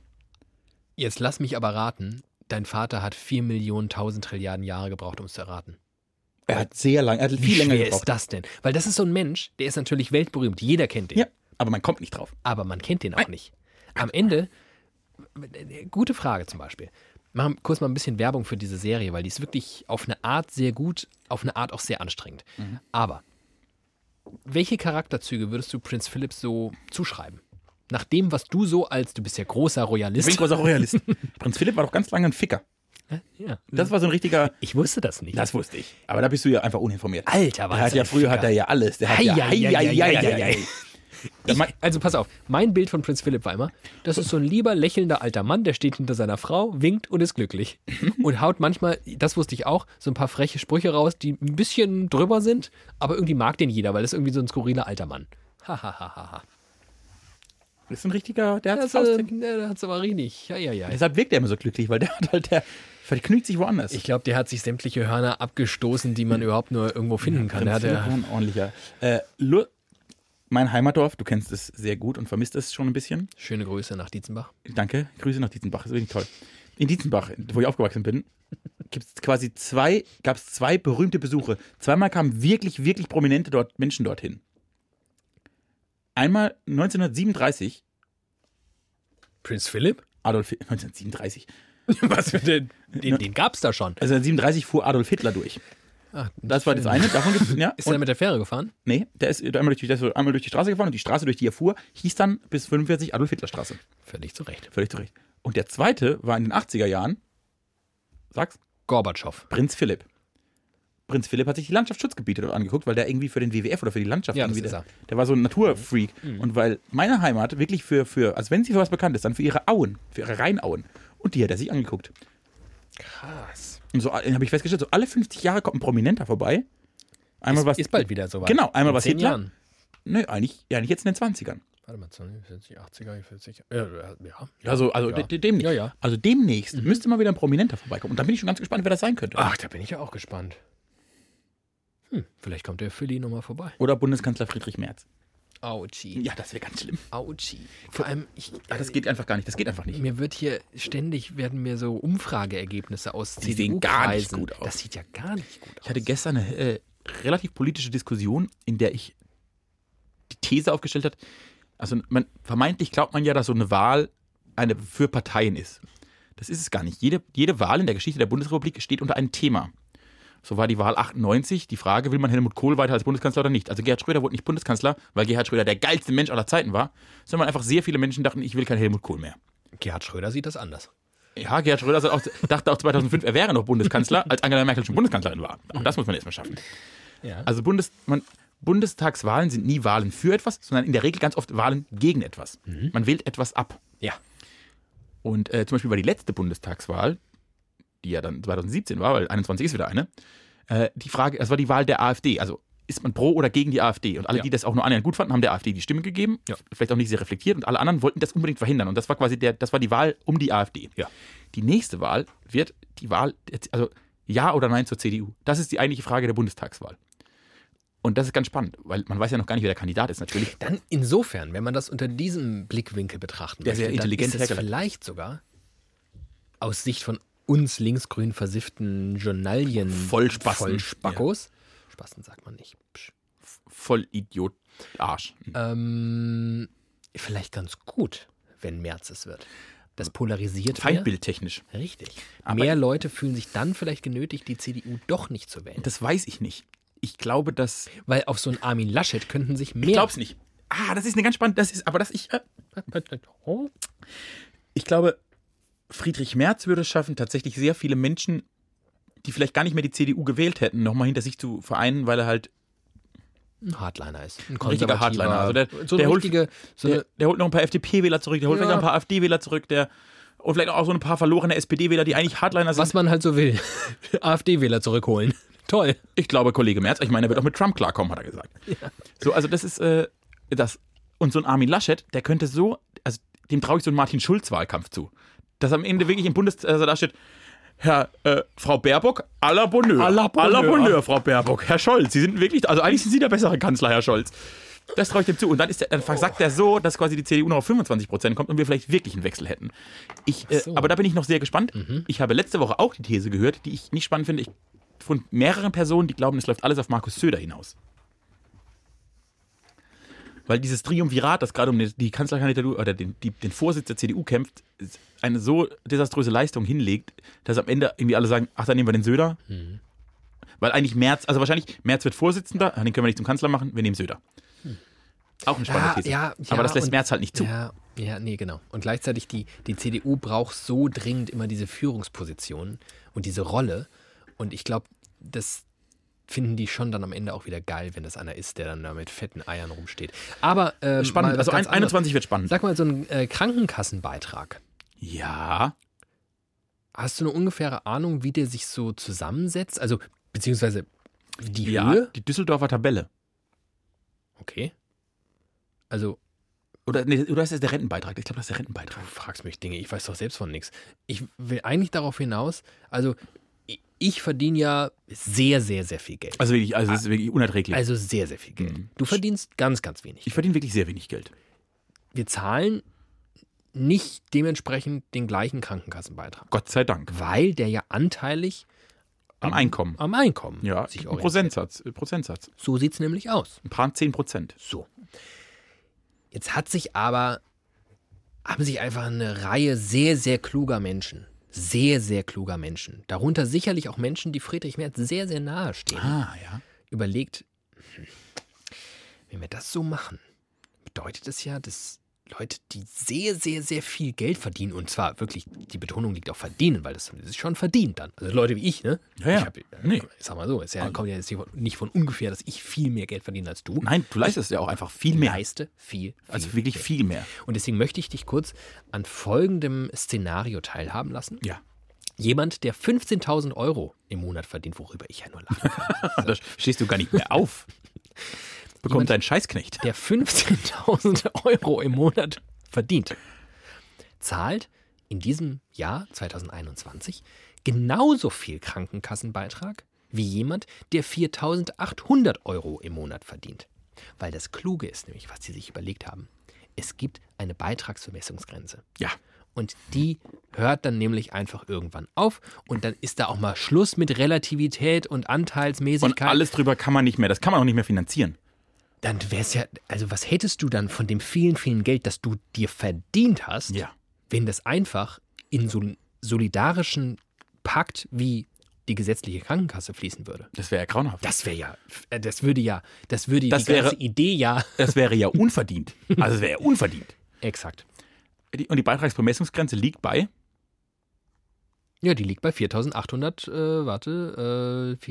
Jetzt lass mich aber raten. Dein Vater hat 4 Millionen, 1000 Trilliarden Jahre gebraucht, um es zu erraten. Er hat sehr lange, er hat Wie viel länger schwer ist gebraucht. das denn? Weil das ist so ein Mensch, der ist natürlich weltberühmt. Jeder kennt den. Ja, aber man kommt nicht drauf. aber man kennt den auch nicht. Am Ende, gute Frage zum Beispiel. Machen kurz mal ein bisschen Werbung für diese Serie, weil die ist wirklich auf eine Art sehr gut, auf eine Art auch sehr anstrengend. Mhm. Aber welche Charakterzüge würdest du Prinz Philipp so zuschreiben? Nach dem, was du so als, du bist ja großer Ich bin Royalist. großer Royalist. Prinz Philipp war doch ganz lange ein Ficker. Ja. Das war so ein richtiger. Ich wusste das nicht. Das wusste ich. Aber da bist du ja einfach uninformiert. Alter, war Der das hat ja ein früher hat Ficker. er ja alles. Der hat ja. Ei, ei, ei, ei, ei, ei. Da Ich, mein- also pass auf, mein Bild von Prinz Philipp war immer, das ist so ein lieber, lächelnder alter Mann, der steht hinter seiner Frau, winkt und ist glücklich. Und haut manchmal, das wusste ich auch, so ein paar freche Sprüche raus, die ein bisschen drüber sind, aber irgendwie mag den jeder, weil das ist irgendwie so ein skurriler alter Mann. Hahaha. Das ist ein richtiger. Der hat das das äh, ne, da hat's aber richtig. Ja, ja, ja. Deshalb wirkt er immer so glücklich, weil der hat halt, der verknüpft sich woanders. Ich glaube, der hat sich sämtliche Hörner abgestoßen, die man überhaupt nur irgendwo finden kann. Der hat Philipp war ja, ein ordentlicher. Äh, Lu- mein Heimatdorf, du kennst es sehr gut und vermisst es schon ein bisschen. schöne Grüße nach Dietzenbach. Danke. Grüße nach Dietzenbach, ist wirklich toll. In Dietzenbach, wo ich aufgewachsen bin, gibt's quasi zwei, gab es zwei berühmte Besuche. Zweimal kamen wirklich, wirklich prominente dort, Menschen dorthin. Einmal 1937, Prinz Philipp? Adolf 1937. Was für den? Den, den gab's da schon. Also 1937 fuhr Adolf Hitler durch. Ah, Das war das eine. Davon gibt's, ja, Ist er und, mit der Fähre gefahren? nee, der ist einmal durch, die, der ist einmal durch die Straße gefahren und die Straße, durch die er fuhr, hieß dann bis 45 Adolf Hitler Straße. Völlig zu Recht. Völlig zu Recht. Und der zweite war in den 80er Jahren, sag's, Gorbatschow. Prinz Philipp. Prinz Philipp hat sich die Landschaftsschutzgebiete dort angeguckt, weil der irgendwie für den WWF oder für die Landschaft Ja, das irgendwie ist der, er. der war so ein Naturfreak. Und weil meine Heimat wirklich für, für, also wenn sie für was bekannt ist, dann für ihre Auen, für ihre Rheinauen. Und die hat er sich angeguckt. Krass. Und so habe ich festgestellt, so alle 50 Jahre kommt ein Prominenter vorbei. Einmal Ist, was. ist bald wieder soweit. Genau, einmal In was zehn Hitler. Jahren. Nö, eigentlich, ja, nicht jetzt in den 20ern. Warte mal, 20, 40, 80er, 40. Ja, ja, ja. Also, also Ja. de- demnächst. Ja, ja. Also demnächst müsste mal wieder ein Prominenter vorbeikommen. Und dann bin ich schon ganz gespannt, wer das sein könnte. Ach, da bin ich ja auch gespannt. Hm, vielleicht kommt der Philly nochmal vorbei. Oder Bundeskanzler Friedrich Merz. Autschi. Ja, das wäre ganz schlimm. Autschi. Vor allem, ich, äh, Ach, Ah, das geht einfach gar nicht. Das geht einfach nicht. mir wird hier ständig werden mir so Umfrageergebnisse aus Die sehen gar nicht CDU -Kreisen. gut aus. Das sieht ja gar nicht gut aus. Ich hatte gestern eine äh, relativ politische Diskussion, in der ich die These aufgestellt hat. Also man, vermeintlich glaubt man ja, dass so eine Wahl eine für Parteien ist. Das ist es gar nicht. Jede, jede Wahl in der Geschichte der Bundesrepublik steht unter einem Thema. So war die Wahl 98. Die Frage, will man Helmut Kohl weiter als Bundeskanzler oder nicht? Also Gerhard Schröder wurde nicht Bundeskanzler, weil Gerhard Schröder der geilste Mensch aller Zeiten war, sondern einfach sehr viele Menschen dachten, ich will keinen Helmut Kohl mehr. Gerhard Schröder sieht das anders. Ja, Gerhard Schröder sagt auch, dachte auch 2005, er wäre noch Bundeskanzler, als Angela Merkel schon Bundeskanzlerin war. Auch das muss man erstmal schaffen. Ja. Also Bundes, man, Bundestagswahlen sind nie Wahlen für etwas, sondern in der Regel ganz oft Wahlen gegen etwas. Man wählt etwas ab. ja. Und äh, zum Beispiel war die letzte Bundestagswahl, die ja dann 2017 war, weil 21 ist wieder eine, äh, die Frage, das war die Wahl der AfD. Also ist man pro oder gegen die AfD? Und alle, Ja. die das auch nur annähernd gut fanden, haben der AfD die Stimme gegeben, Ja. vielleicht auch nicht sehr reflektiert und alle anderen wollten das unbedingt verhindern. Und das war quasi der, das war die Wahl um die AfD. Ja. Die nächste Wahl wird die Wahl, also ja oder nein zur CDU. Das ist die eigentliche Frage der Bundestagswahl. Und das ist ganz spannend, weil man weiß ja noch gar nicht, wer der Kandidat ist, natürlich. Dann insofern, wenn man das unter diesem Blickwinkel betrachten Der sehr möchte, dann intelligente ist es Herr Gellert. vielleicht sogar aus Sicht von uns linksgrün versifften Journalien Vollspasten. Vollspackos. Spasten sagt man nicht. Psch. Voll Idiot. Arsch. Ähm, vielleicht ganz gut, wenn März es wird. Das polarisiert Feindbildtechnisch. Mehr. Richtig. Aber- mehr Leute fühlen sich dann vielleicht genötigt, die CDU doch nicht zu wählen. Das weiß ich nicht. Ich glaube, dass Weil auf so einen Armin Laschet könnten sich mehr. Ich glaub's nicht. Ah, das ist eine ganz spannende, das ist, aber das ich, äh, Oh. ich glaube, Friedrich Merz würde es schaffen, tatsächlich sehr viele Menschen, die vielleicht gar nicht mehr die CDU gewählt hätten, nochmal hinter sich zu vereinen, weil er halt, Ein Hardliner ist. Ein, richtiger Hardliner. Also der- so der eine holt- richtige, so eine der, äh, der holt noch ein paar FDP-Wähler zurück, der holt Ja. vielleicht noch ein paar AfD-Wähler zurück, der, und vielleicht auch so ein paar verlorene SPD-Wähler, die eigentlich Hardliner sind. was man halt so will. AfD-Wähler zurückholen. Toll. Ich glaube, Kollege Merz, ich meine, er wird auch mit Trump klarkommen, hat er gesagt. So, also das ist äh, das. Und so ein Armin Laschet, der könnte so, also dem traue ich so einen Martin Schulz-Wahlkampf zu. Dass am Ende wirklich im Bundes, also da steht, Herr, äh, Frau Baerbock, à la Bonheur. À la Bonheur. À la Frau Baerbock. Herr Scholz, Sie sind wirklich, also eigentlich sind Sie der bessere Kanzler, Herr Scholz. Das traue ich dem zu. Und dann, ist der, dann sagt er so, dass quasi die CDU noch auf 25 Prozent kommt und wir vielleicht wirklich einen Wechsel hätten. Ich, äh, so. Aber da bin ich noch sehr gespannt. Ich habe letzte Woche auch die These gehört, die ich nicht spannend finde. Ich, von mehreren Personen, die glauben, es läuft alles auf Markus Söder hinaus. Weil dieses Triumvirat, das gerade um die Kanzlerkandidatur oder den, die, den Vorsitz der CDU kämpft, eine so desaströse Leistung hinlegt, dass am Ende irgendwie alle sagen, ach, dann nehmen wir den Söder. Mhm. Weil eigentlich Merz, also wahrscheinlich Merz wird Vorsitzender, ah, den können wir nicht zum Kanzler machen, wir nehmen Söder. Auch eine spannende Ja, These. Hm. ja, ja, Aber das lässt und- Merz halt nicht zu. Ja, ja, nee, genau. Und gleichzeitig, die, die CDU braucht so dringend immer diese Führungspositionen und diese Rolle. Und ich glaube, das finden die schon dann am Ende auch wieder geil, wenn das einer ist, der dann da mit fetten Eiern rumsteht. Aber ähm, Spannend, mal was also ein, ganz anderes. 21 wird spannend. Sag mal, so ein äh, Krankenkassenbeitrag. Ja, Hast du eine ungefähre Ahnung, wie der sich so zusammensetzt? Also, beziehungsweise die ja, Höhe? die Düsseldorfer Tabelle. Okay. Also, Oder, nee, oder ist das der Rentenbeitrag? Ich glaube, das ist der Rentenbeitrag. Du fragst mich Dinge, ich weiß doch selbst von nichts. Ich will eigentlich darauf hinaus, also i- ich verdiene ja sehr, sehr, sehr viel Geld. Also wirklich, also es ist wirklich unerträglich. Also sehr, sehr viel Geld. Mhm. Du verdienst ganz, ganz wenig. ich verdiene wirklich sehr wenig Geld. Wir zahlen nicht dementsprechend den gleichen Krankenkassenbeitrag, Gott sei Dank. weil der ja anteilig Am Mhm. Einkommen. am Einkommen Ja, sich ein orientiert. Prozentsatz. äh, Prozentsatz. So sieht es nämlich aus. Ein paar 10 Prozent. So. Jetzt hat sich aber, haben sich einfach eine Reihe sehr, sehr kluger Menschen, sehr, sehr kluger Menschen, darunter sicherlich auch Menschen, die Friedrich Merz sehr, sehr nahe stehen, Ah, ja. überlegt, hm, wenn wir das so machen, bedeutet es ja, dass Leute, die sehr, sehr, sehr viel Geld verdienen, und zwar wirklich, die Betonung liegt auf verdienen, weil das, das ist schon verdient dann. Also Leute wie ich, ne? Ja, ja. Ich, hab, Nee. Also ich sag mal so, es ja, kommt ja jetzt nicht von ungefähr, dass ich viel mehr Geld verdiene als du Nein, du leistest ja auch einfach viel mehr. leiste viel, viel Also wirklich mehr. Also viel mehr. Und deswegen möchte ich dich kurz an folgendem Szenario teilhaben lassen. Ja. Jemand, der 15.000 Euro im Monat verdient, worüber ich ja nur lache, Da stehst du gar nicht mehr auf. Bekommt dein Scheißknecht. der 15.000 Euro im Monat verdient, zahlt in diesem Jahr 2021 genauso viel Krankenkassenbeitrag wie jemand, der 4.800 Euro im Monat verdient. Weil das Kluge ist nämlich, was sie sich überlegt haben. Es gibt eine Beitragsvermessungsgrenze. Ja. Und die hört dann nämlich einfach irgendwann auf. Und dann ist da auch mal Schluss mit Relativität und Und Anteilsmäßigkeit. alles drüber kann man nicht mehr. Das kann man auch nicht mehr finanzieren. Dann wär's ja, also was hättest du dann von dem vielen, vielen Geld, das du dir verdient hast, wenn das einfach in so einen solidarischen Pakt wie die gesetzliche Krankenkasse fließen würde? Das wäre ja grauenhaft. Das wäre ja, äh, das würde ja, das würde Das die ganze wäre- Idee ja. Das wäre ja unverdient. Also es wäre ja unverdient. Exakt. Die- Und die Beitragsbemessungsgrenze liegt bei Ja, die liegt bei 4800, äh, warte, äh,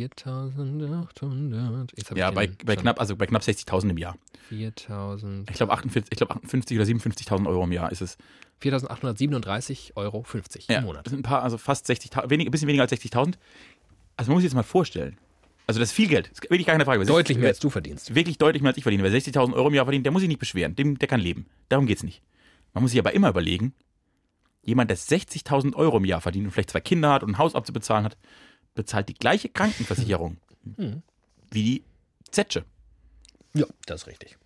4800. Jetzt hab ja, ich bei, den bei schon. knapp, also bei knapp 60.000 im Jahr. 4000, Ich glaube 48, ich glaub 58 oder 57.000 Euro im Jahr ist es. 4.837,50 Euro Ja, im Monat. Das sind ein paar, also fast 60.000, wenig, ein bisschen weniger als 60.000. Also man muss sich jetzt mal vorstellen. Also das ist viel Geld. Das ist wirklich gar keine Frage. Wer Deutlich 60 mehr als du verdienst. wer- Wirklich deutlich mehr als ich verdiene. Wer 60.000 Euro im Jahr verdient, der muss sich nicht beschweren. Dem, der kann leben. Darum geht's nicht. Man muss sich aber immer überlegen, jemand, der 60.000 Euro im Jahr verdient und vielleicht zwei Kinder hat und ein Haus abzubezahlen hat, bezahlt die gleiche Krankenversicherung Hm. wie die Zetsche. Ja, das ist richtig.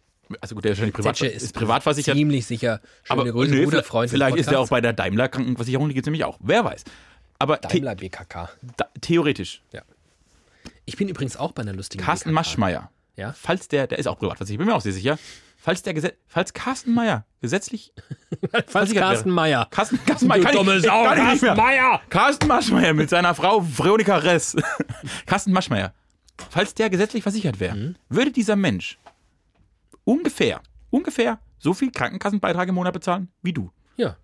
Also gut, der ist wahrscheinlich privat, Zetsche ist, privatversichert. Ziemlich sicher. Schöne Grüße, nö, guter vielleicht- Freund. des Vielleicht ist er auch Podcasts. bei der Daimler Krankenversicherung, die gibt es nämlich auch. Wer weiß. Aber the Daimler BKK. da, theoretisch, Ich bin übrigens auch bei einer lustigen Carsten BKK. Maschmeyer, Ja? falls der, der ist auch privatversichert, ich bin mir auch sehr sicher, falls der Gesetz, falls Carsten Mayer gesetzlich, Falls Carsten Mayer. Carsten, Carsten Mayer, kann ich, ich, kann ich nicht mehr. Mayer. Carsten Maschmeyer mit seiner Frau Veronika Ress. Carsten Maschmeyer, falls der gesetzlich versichert wäre, würde dieser Mensch ungefähr, ungefähr so viel Krankenkassenbeitrag im Monat bezahlen wie du. Ja.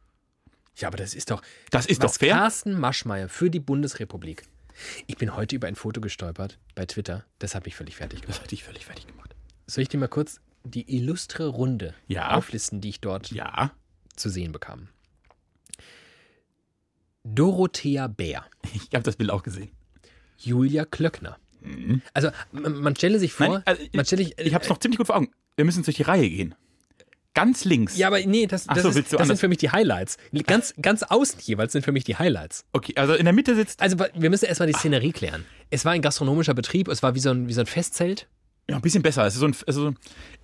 Ja, aber das ist doch, Das ist was doch fair. Carsten Maschmeyer für die Bundesrepublik. Ich bin heute über ein Foto gestolpert bei Twitter. Das hat mich völlig fertig gemacht. Das hat dich völlig fertig gemacht. Soll ich dir mal kurz die illustre Runde Ja. auflisten, die ich dort Ja. zu sehen bekam. Dorothea Bär, Ich habe das Bild auch gesehen. Julia Klöckner. Also m- man stelle sich vor, Mhm. Nein, also, man stelle sich, äh, Ich habe es noch ziemlich gut vor Augen. Wir müssen jetzt durch die Reihe gehen. Ganz links. äh, Ja, aber nee, das, Ach das, so, ist, willst du das sind anders- für mich die Highlights. Ganz, ganz außen jeweils sind für mich die Highlights. Okay, also in der Mitte sitzt Also wir müssen erstmal Ah. die Szenerie klären. Es war ein gastronomischer Betrieb, es war wie so ein, wie so ein Festzelt. ja, ein bisschen besser. Es ist so ein, also so ein,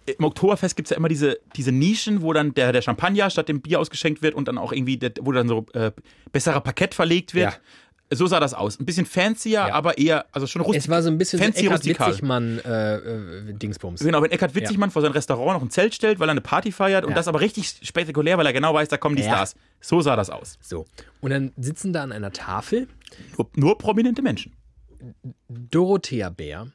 Im Oktoberfest gibt es ja immer diese, diese Nischen, wo dann der, der Champagner statt dem Bier ausgeschenkt wird und dann auch irgendwie, der, wo dann so äh, besserer Parkett verlegt wird. So sah das aus. Ein bisschen fancier, aber eher, also schon rustikal. Es war so ein bisschen Fancy so ein Eckart rustikal. Witzigmann äh, äh, Dingsbums. Genau, wenn Eckhard Witzigmann vor sein Restaurant noch ein Zelt stellt, weil er eine Party feiert und Ja. das aber richtig spektakulär, weil er genau weiß, da kommen die Ja. Stars. So sah das aus. So. Und dann sitzen da an einer Tafel Nur, nur prominente Menschen. Dorothea Bär,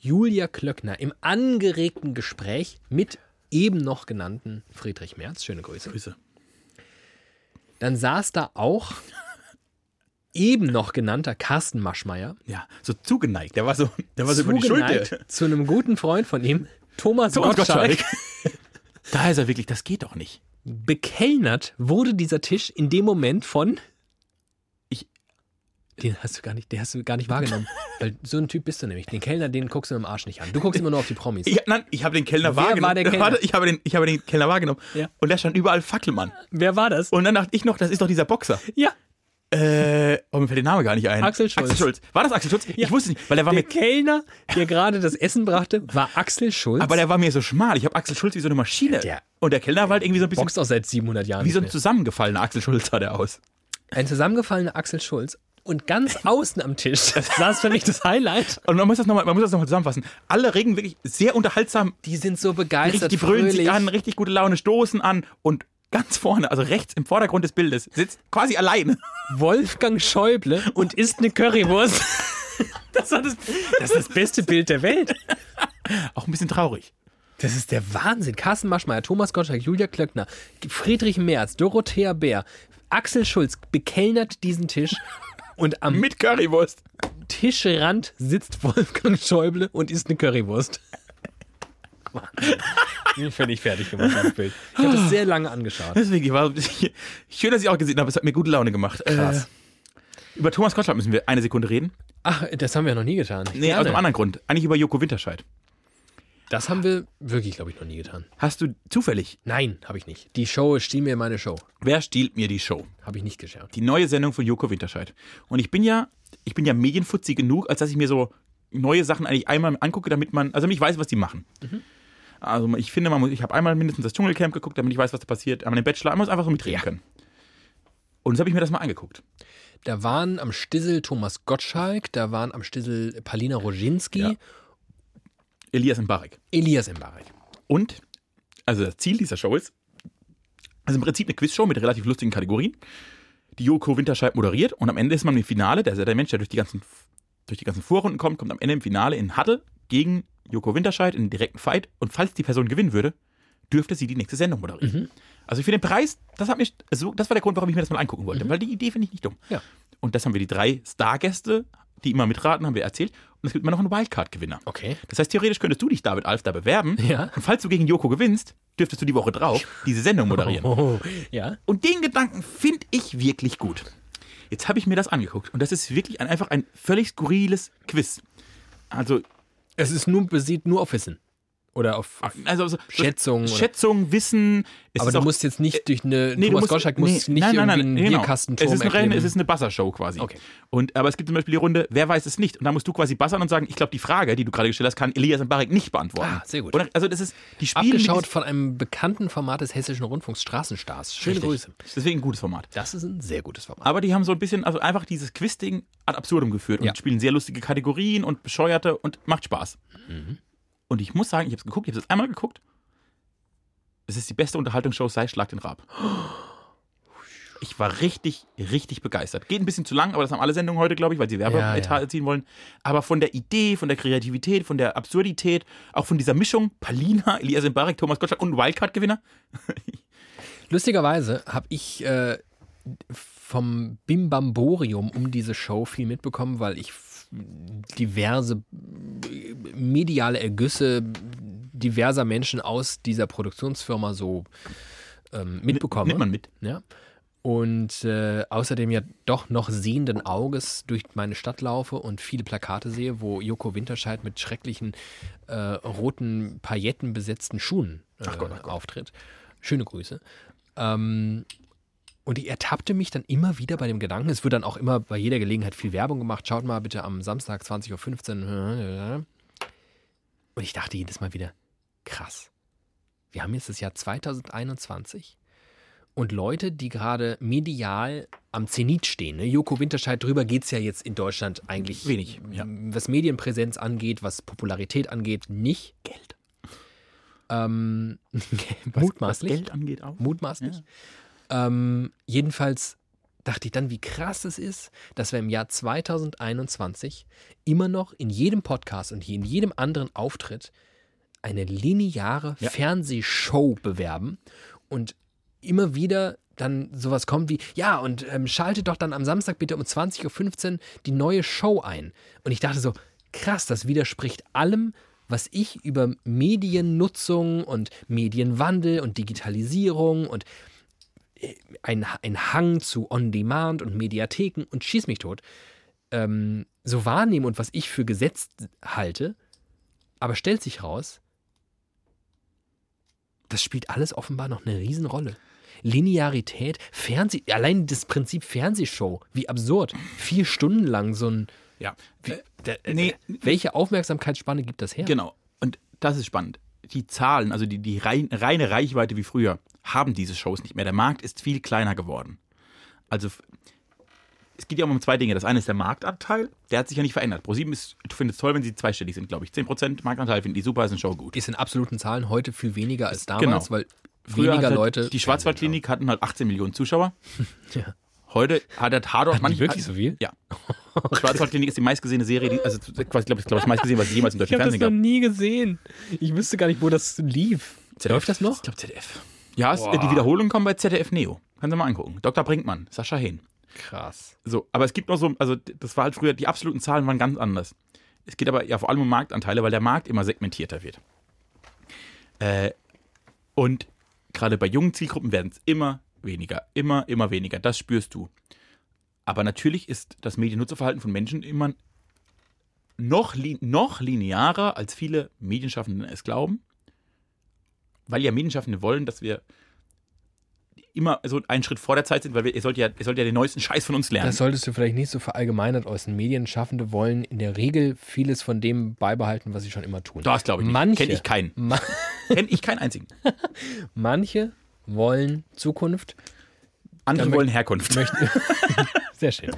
Julia Klöckner im angeregten Gespräch mit eben noch genannten Friedrich Merz. Schöne Grüße. Grüße. Dann saß da auch eben noch genannter Carsten Maschmeyer. Ja, so zugeneigt. Der war so, der war so über die zugeneigt Schulter. zu einem guten Freund von ihm, Thomas, Thomas Gottschalk. Gottschalk. Da ist er wirklich, das geht doch nicht. Bekellnert wurde dieser Tisch in dem Moment von. Ich- Den hast du gar nicht, den hast du gar nicht wahrgenommen. Weil so ein Typ bist du nämlich. Den Kellner, den guckst du mit dem Arsch nicht an. Du guckst immer nur auf die Promis. Ich, nein, ich habe den Kellner Wer wahrgenommen. war der Kellner? Warte, ich habe den, ich habe den Kellner wahrgenommen. Ja. Und da stand überall Fackelmann. Wer war das? Und dann dachte ich noch, das ist doch dieser Boxer. Ja, Äh, oh, mir fällt der Name gar nicht ein. Axel Schulz. Axel Schulz. War das Axel Schulz? Ich wusste nicht, weil der war der mir, Kellner, der gerade das Essen brachte, war Axel Schulz. aber der war mir so schmal. Ich habe Axel Schulz wie so eine Maschine. Der- und der Kellner war halt irgendwie so ein bisschen boxt auch seit 700 Jahren. Wie so ein nicht zusammengefallener Axel Schulz sah der aus. mehr. ein zusammengefallener Axel Schulz. Und ganz außen am Tisch saß für mich das Highlight. Und man muss das nochmal noch mal zusammenfassen. Alle regen wirklich sehr unterhaltsam. Die sind so Richtig, begeistert. die brüllen fröhlich. sich an, richtig gute Laune, stoßen an und ganz vorne, also rechts im Vordergrund des Bildes, sitzt quasi alleine. Wolfgang Schäuble und isst eine Currywurst. Das, war das, das ist das beste Bild der Welt. Auch ein bisschen traurig. Das ist der Wahnsinn. Carsten Maschmeyer, Thomas Gottschalk, Julia Klöckner, Friedrich Merz, Dorothea Bär, Axel Schulz bekellnert diesen Tisch und am Mit Currywurst. Tischrand sitzt Wolfgang Schäuble und isst eine Currywurst. Wahnsinn. Völlig fertig gemacht, das Bild. Ich habe das sehr lange angeschaut. Deswegen, ich war, schön, dass ich auch gesehen habe, es hat mir gute Laune gemacht. Krass. Äh, über Thomas Gottschalk müssen wir eine Sekunde reden. Ach, das haben wir noch nie getan. Nee, aus einem anderen Grund. Eigentlich über Joko Winterscheid. Das haben wir wirklich, glaube ich, noch nie getan. Hast du zufällig, Nein, habe ich nicht. Die Show ist Steal mir meine Show. wer stiehlt mir die Show? Habe ich nicht geschaut. die neue Sendung von Joko Winterscheid. Und ich bin ja, ich bin ja medienfutzi genug, als dass ich mir so neue Sachen eigentlich einmal angucke, damit man, also damit ich weiß, was die machen. Also ich finde, man muss, ich habe einmal mindestens das Dschungelcamp geguckt, damit ich weiß, was da passiert. Aber den Bachelor man muss einfach so mitreden Ja. können. Und so habe ich mir das mal angeguckt. Da waren am Stissel Thomas Gottschalk, da waren am Stissel Palina Roginski, Ja. Elias Mbarek. Elias Embarek. Und, also das Ziel dieser Show ist, also im Prinzip eine Quizshow mit relativ lustigen Kategorien, die Joko Winterscheid moderiert und am Ende ist man im Finale, der ist ja der Mensch, der durch die ganzen, durch die ganzen Vorrunden kommt, kommt am Ende im Finale in Hattel gegen Joko Winterscheid in einen direkten Fight und falls die Person gewinnen würde, dürfte sie die nächste Sendung moderieren. Also ich finde den Preis, das hat mich, also das war der Grund, warum ich mir das mal angucken wollte, weil die Idee finde ich nicht dumm. Ja. Und das haben wir die drei Stargäste, die immer mitraten, haben wir erzählt und es gibt immer noch einen Wildcard-Gewinner. Okay. Das heißt, theoretisch könntest du dich, David Alf, da bewerben. Ja. Und falls du gegen Joko gewinnst, dürftest du die Woche drauf diese Sendung moderieren. Oh, ja. Und den Gedanken finde ich wirklich gut. Jetzt habe ich mir das angeguckt und das ist wirklich ein, einfach ein völlig skurriles Quiz. Also, Es ist nur basiert nur auf Wissen. Oder auf. also so- Schätzung oder- Schätzung, Wissen. Es aber ist du auch- musst jetzt nicht durch eine. Nee, du Thomas musst- Gottschalk muss nee, nicht nein, nein, nein, irgendwie einen genau. Bierkastenturm es ist, eine erklären. reine, es ist eine Buzzer-Show quasi. Okay. Und, aber es gibt zum Beispiel die Runde, wer weiß es nicht? Und da musst du quasi buzzern und sagen, ich glaube, die Frage, die du gerade gestellt hast, kann Elias und Barek nicht beantworten. Ah, sehr gut. Oder, also das ist, die spielen mit Abgeschaut von einem bekannten Format des Hessischen Rundfunks, Straßenstars. Schöne Richtig. Grüße. Deswegen ein gutes Format. Das ist ein sehr gutes Format. Aber die haben so ein bisschen, also einfach dieses Quiz-Ding ad absurdum geführt und Ja. spielen sehr lustige Kategorien und bescheuerte und macht Spaß. Mhm. Und ich muss sagen, ich habe es geguckt, ich habe es einmal geguckt. Es ist die beste Unterhaltungsshow, sei Schlag den Rab. Ich war richtig, richtig begeistert. Geht ein bisschen zu lang, aber das haben alle Sendungen heute, glaube ich, weil sie Ja, Werbeetat ja. ziehen wollen. Aber von der Idee, von der Kreativität, von der Absurdität, auch von dieser Mischung, Palina, Elias Mbarek, Thomas Gottschalk und ein Wildcard-Gewinner. Lustigerweise habe ich äh, vom Bimbamborium um diese Show viel mitbekommen, weil ich f- diverse äh, mediale Ergüsse diverser Menschen aus dieser Produktionsfirma so ähm, mitbekomme. Nimmt man mit. Ja. und äh, außerdem ja doch noch sehenden Auges durch meine Stadt laufe und viele Plakate sehe, wo Joko Winterscheid mit schrecklichen äh, roten Pailletten besetzten Schuhen äh, auftritt. Schöne Grüße. Ähm, und ich ertappte mich dann immer wieder bei dem Gedanken, es wird dann auch immer bei jeder Gelegenheit viel Werbung gemacht, schaut mal bitte am Samstag 20.15 Uhr. Und ich dachte jedes Mal wieder, krass, wir haben jetzt das Jahr 2021 und Leute, die gerade medial am Zenit stehen. Ne? Joko Winterscheid, drüber geht es ja jetzt in Deutschland eigentlich Wenig, ja. was Medienpräsenz angeht, was Popularität angeht, nicht. Geld. Ähm, Was- mutmaßlich. Was Geld angeht auch. Mutmaßlich. Ähm, jedenfalls dachte ich dann, wie krass es ist, dass wir im Jahr 2021 immer noch in jedem Podcast und in jedem anderen Auftritt eine lineare Ja. Fernsehshow bewerben und immer wieder dann sowas kommt wie, ja, und ähm, schaltet doch dann am Samstag bitte um 20.15 Uhr die neue Show ein. Und ich dachte so, krass, das widerspricht allem, was ich über Mediennutzung und Medienwandel und Digitalisierung und äh, ein, ein Hang zu On-Demand und Mediatheken und schieß mich tot, ähm, so wahrnehme und was ich für gesetzt halte. Aber stellt sich raus, das spielt alles offenbar noch eine Riesenrolle. Linearität, Fernseh, allein das Prinzip Fernsehshow, wie absurd. Vier Stunden lang so ein. Ja. Wie, Äh, nee, welche Aufmerksamkeitsspanne gibt das her? Genau. Und das ist spannend. Die Zahlen, also die, die rein, reine Reichweite wie früher, haben diese Shows nicht mehr. Der Markt ist viel kleiner geworden. Also f- es geht ja um zwei Dinge. Das eine ist der Marktanteil, der hat sich ja nicht verändert. ProSieben ist, du findest toll, wenn sie zweistellig sind, glaube ich. 10% Marktanteil finden die super, ist eine Show gut. Ist in absoluten Zahlen heute viel weniger als damals, Genau. weil Früher weniger hat halt Leute. Die Schwarzwaldklinik hatten genau. halt 18 Millionen Zuschauer. Ja. Heute hat der Tatort Hatten die wirklich so viel? Ja. Schwarzwaldklinik ist die meistgesehene Serie, die, also quasi, glaube ich, glaub, das meistgesehen, was es jemals im deutschen Fernsehen gab. nie gesehen. Ich wüsste gar nicht, wo das lief. Läuft das noch? Ich glaube ZDF. Ja, es, die Wiederholungen kommen bei ZDF Neo. Kannst du mal angucken. Dr. Brinkmann, Sascha Hehn. Krass. So, aber es gibt noch so, also das war halt früher, die absoluten Zahlen waren ganz anders. Es geht aber ja vor allem um Marktanteile, weil der Markt immer segmentierter wird. Äh, und gerade bei jungen Zielgruppen werden es immer weniger, immer, immer weniger. Das spürst du. Aber natürlich ist das Mediennutzerverhalten von Menschen immer noch, li noch linearer, als viele Medienschaffenden es glauben. Weil ja Medienschaffende wollen, dass wir immer so einen Schritt vor der Zeit sind, weil wir, ihr, sollt ja, ihr sollt ja den neuesten Scheiß von uns lernen. Das solltest du vielleicht nicht so verallgemeinert äußern. Medienschaffende wollen in der Regel vieles von dem beibehalten, was sie schon immer tun. Das glaube ich nicht. Manche, Kenn ich keinen. ma Kenne ich keinen einzigen. manche wollen Zukunft. Andere Dann wollen Herkunft. Möchte, sehr schön.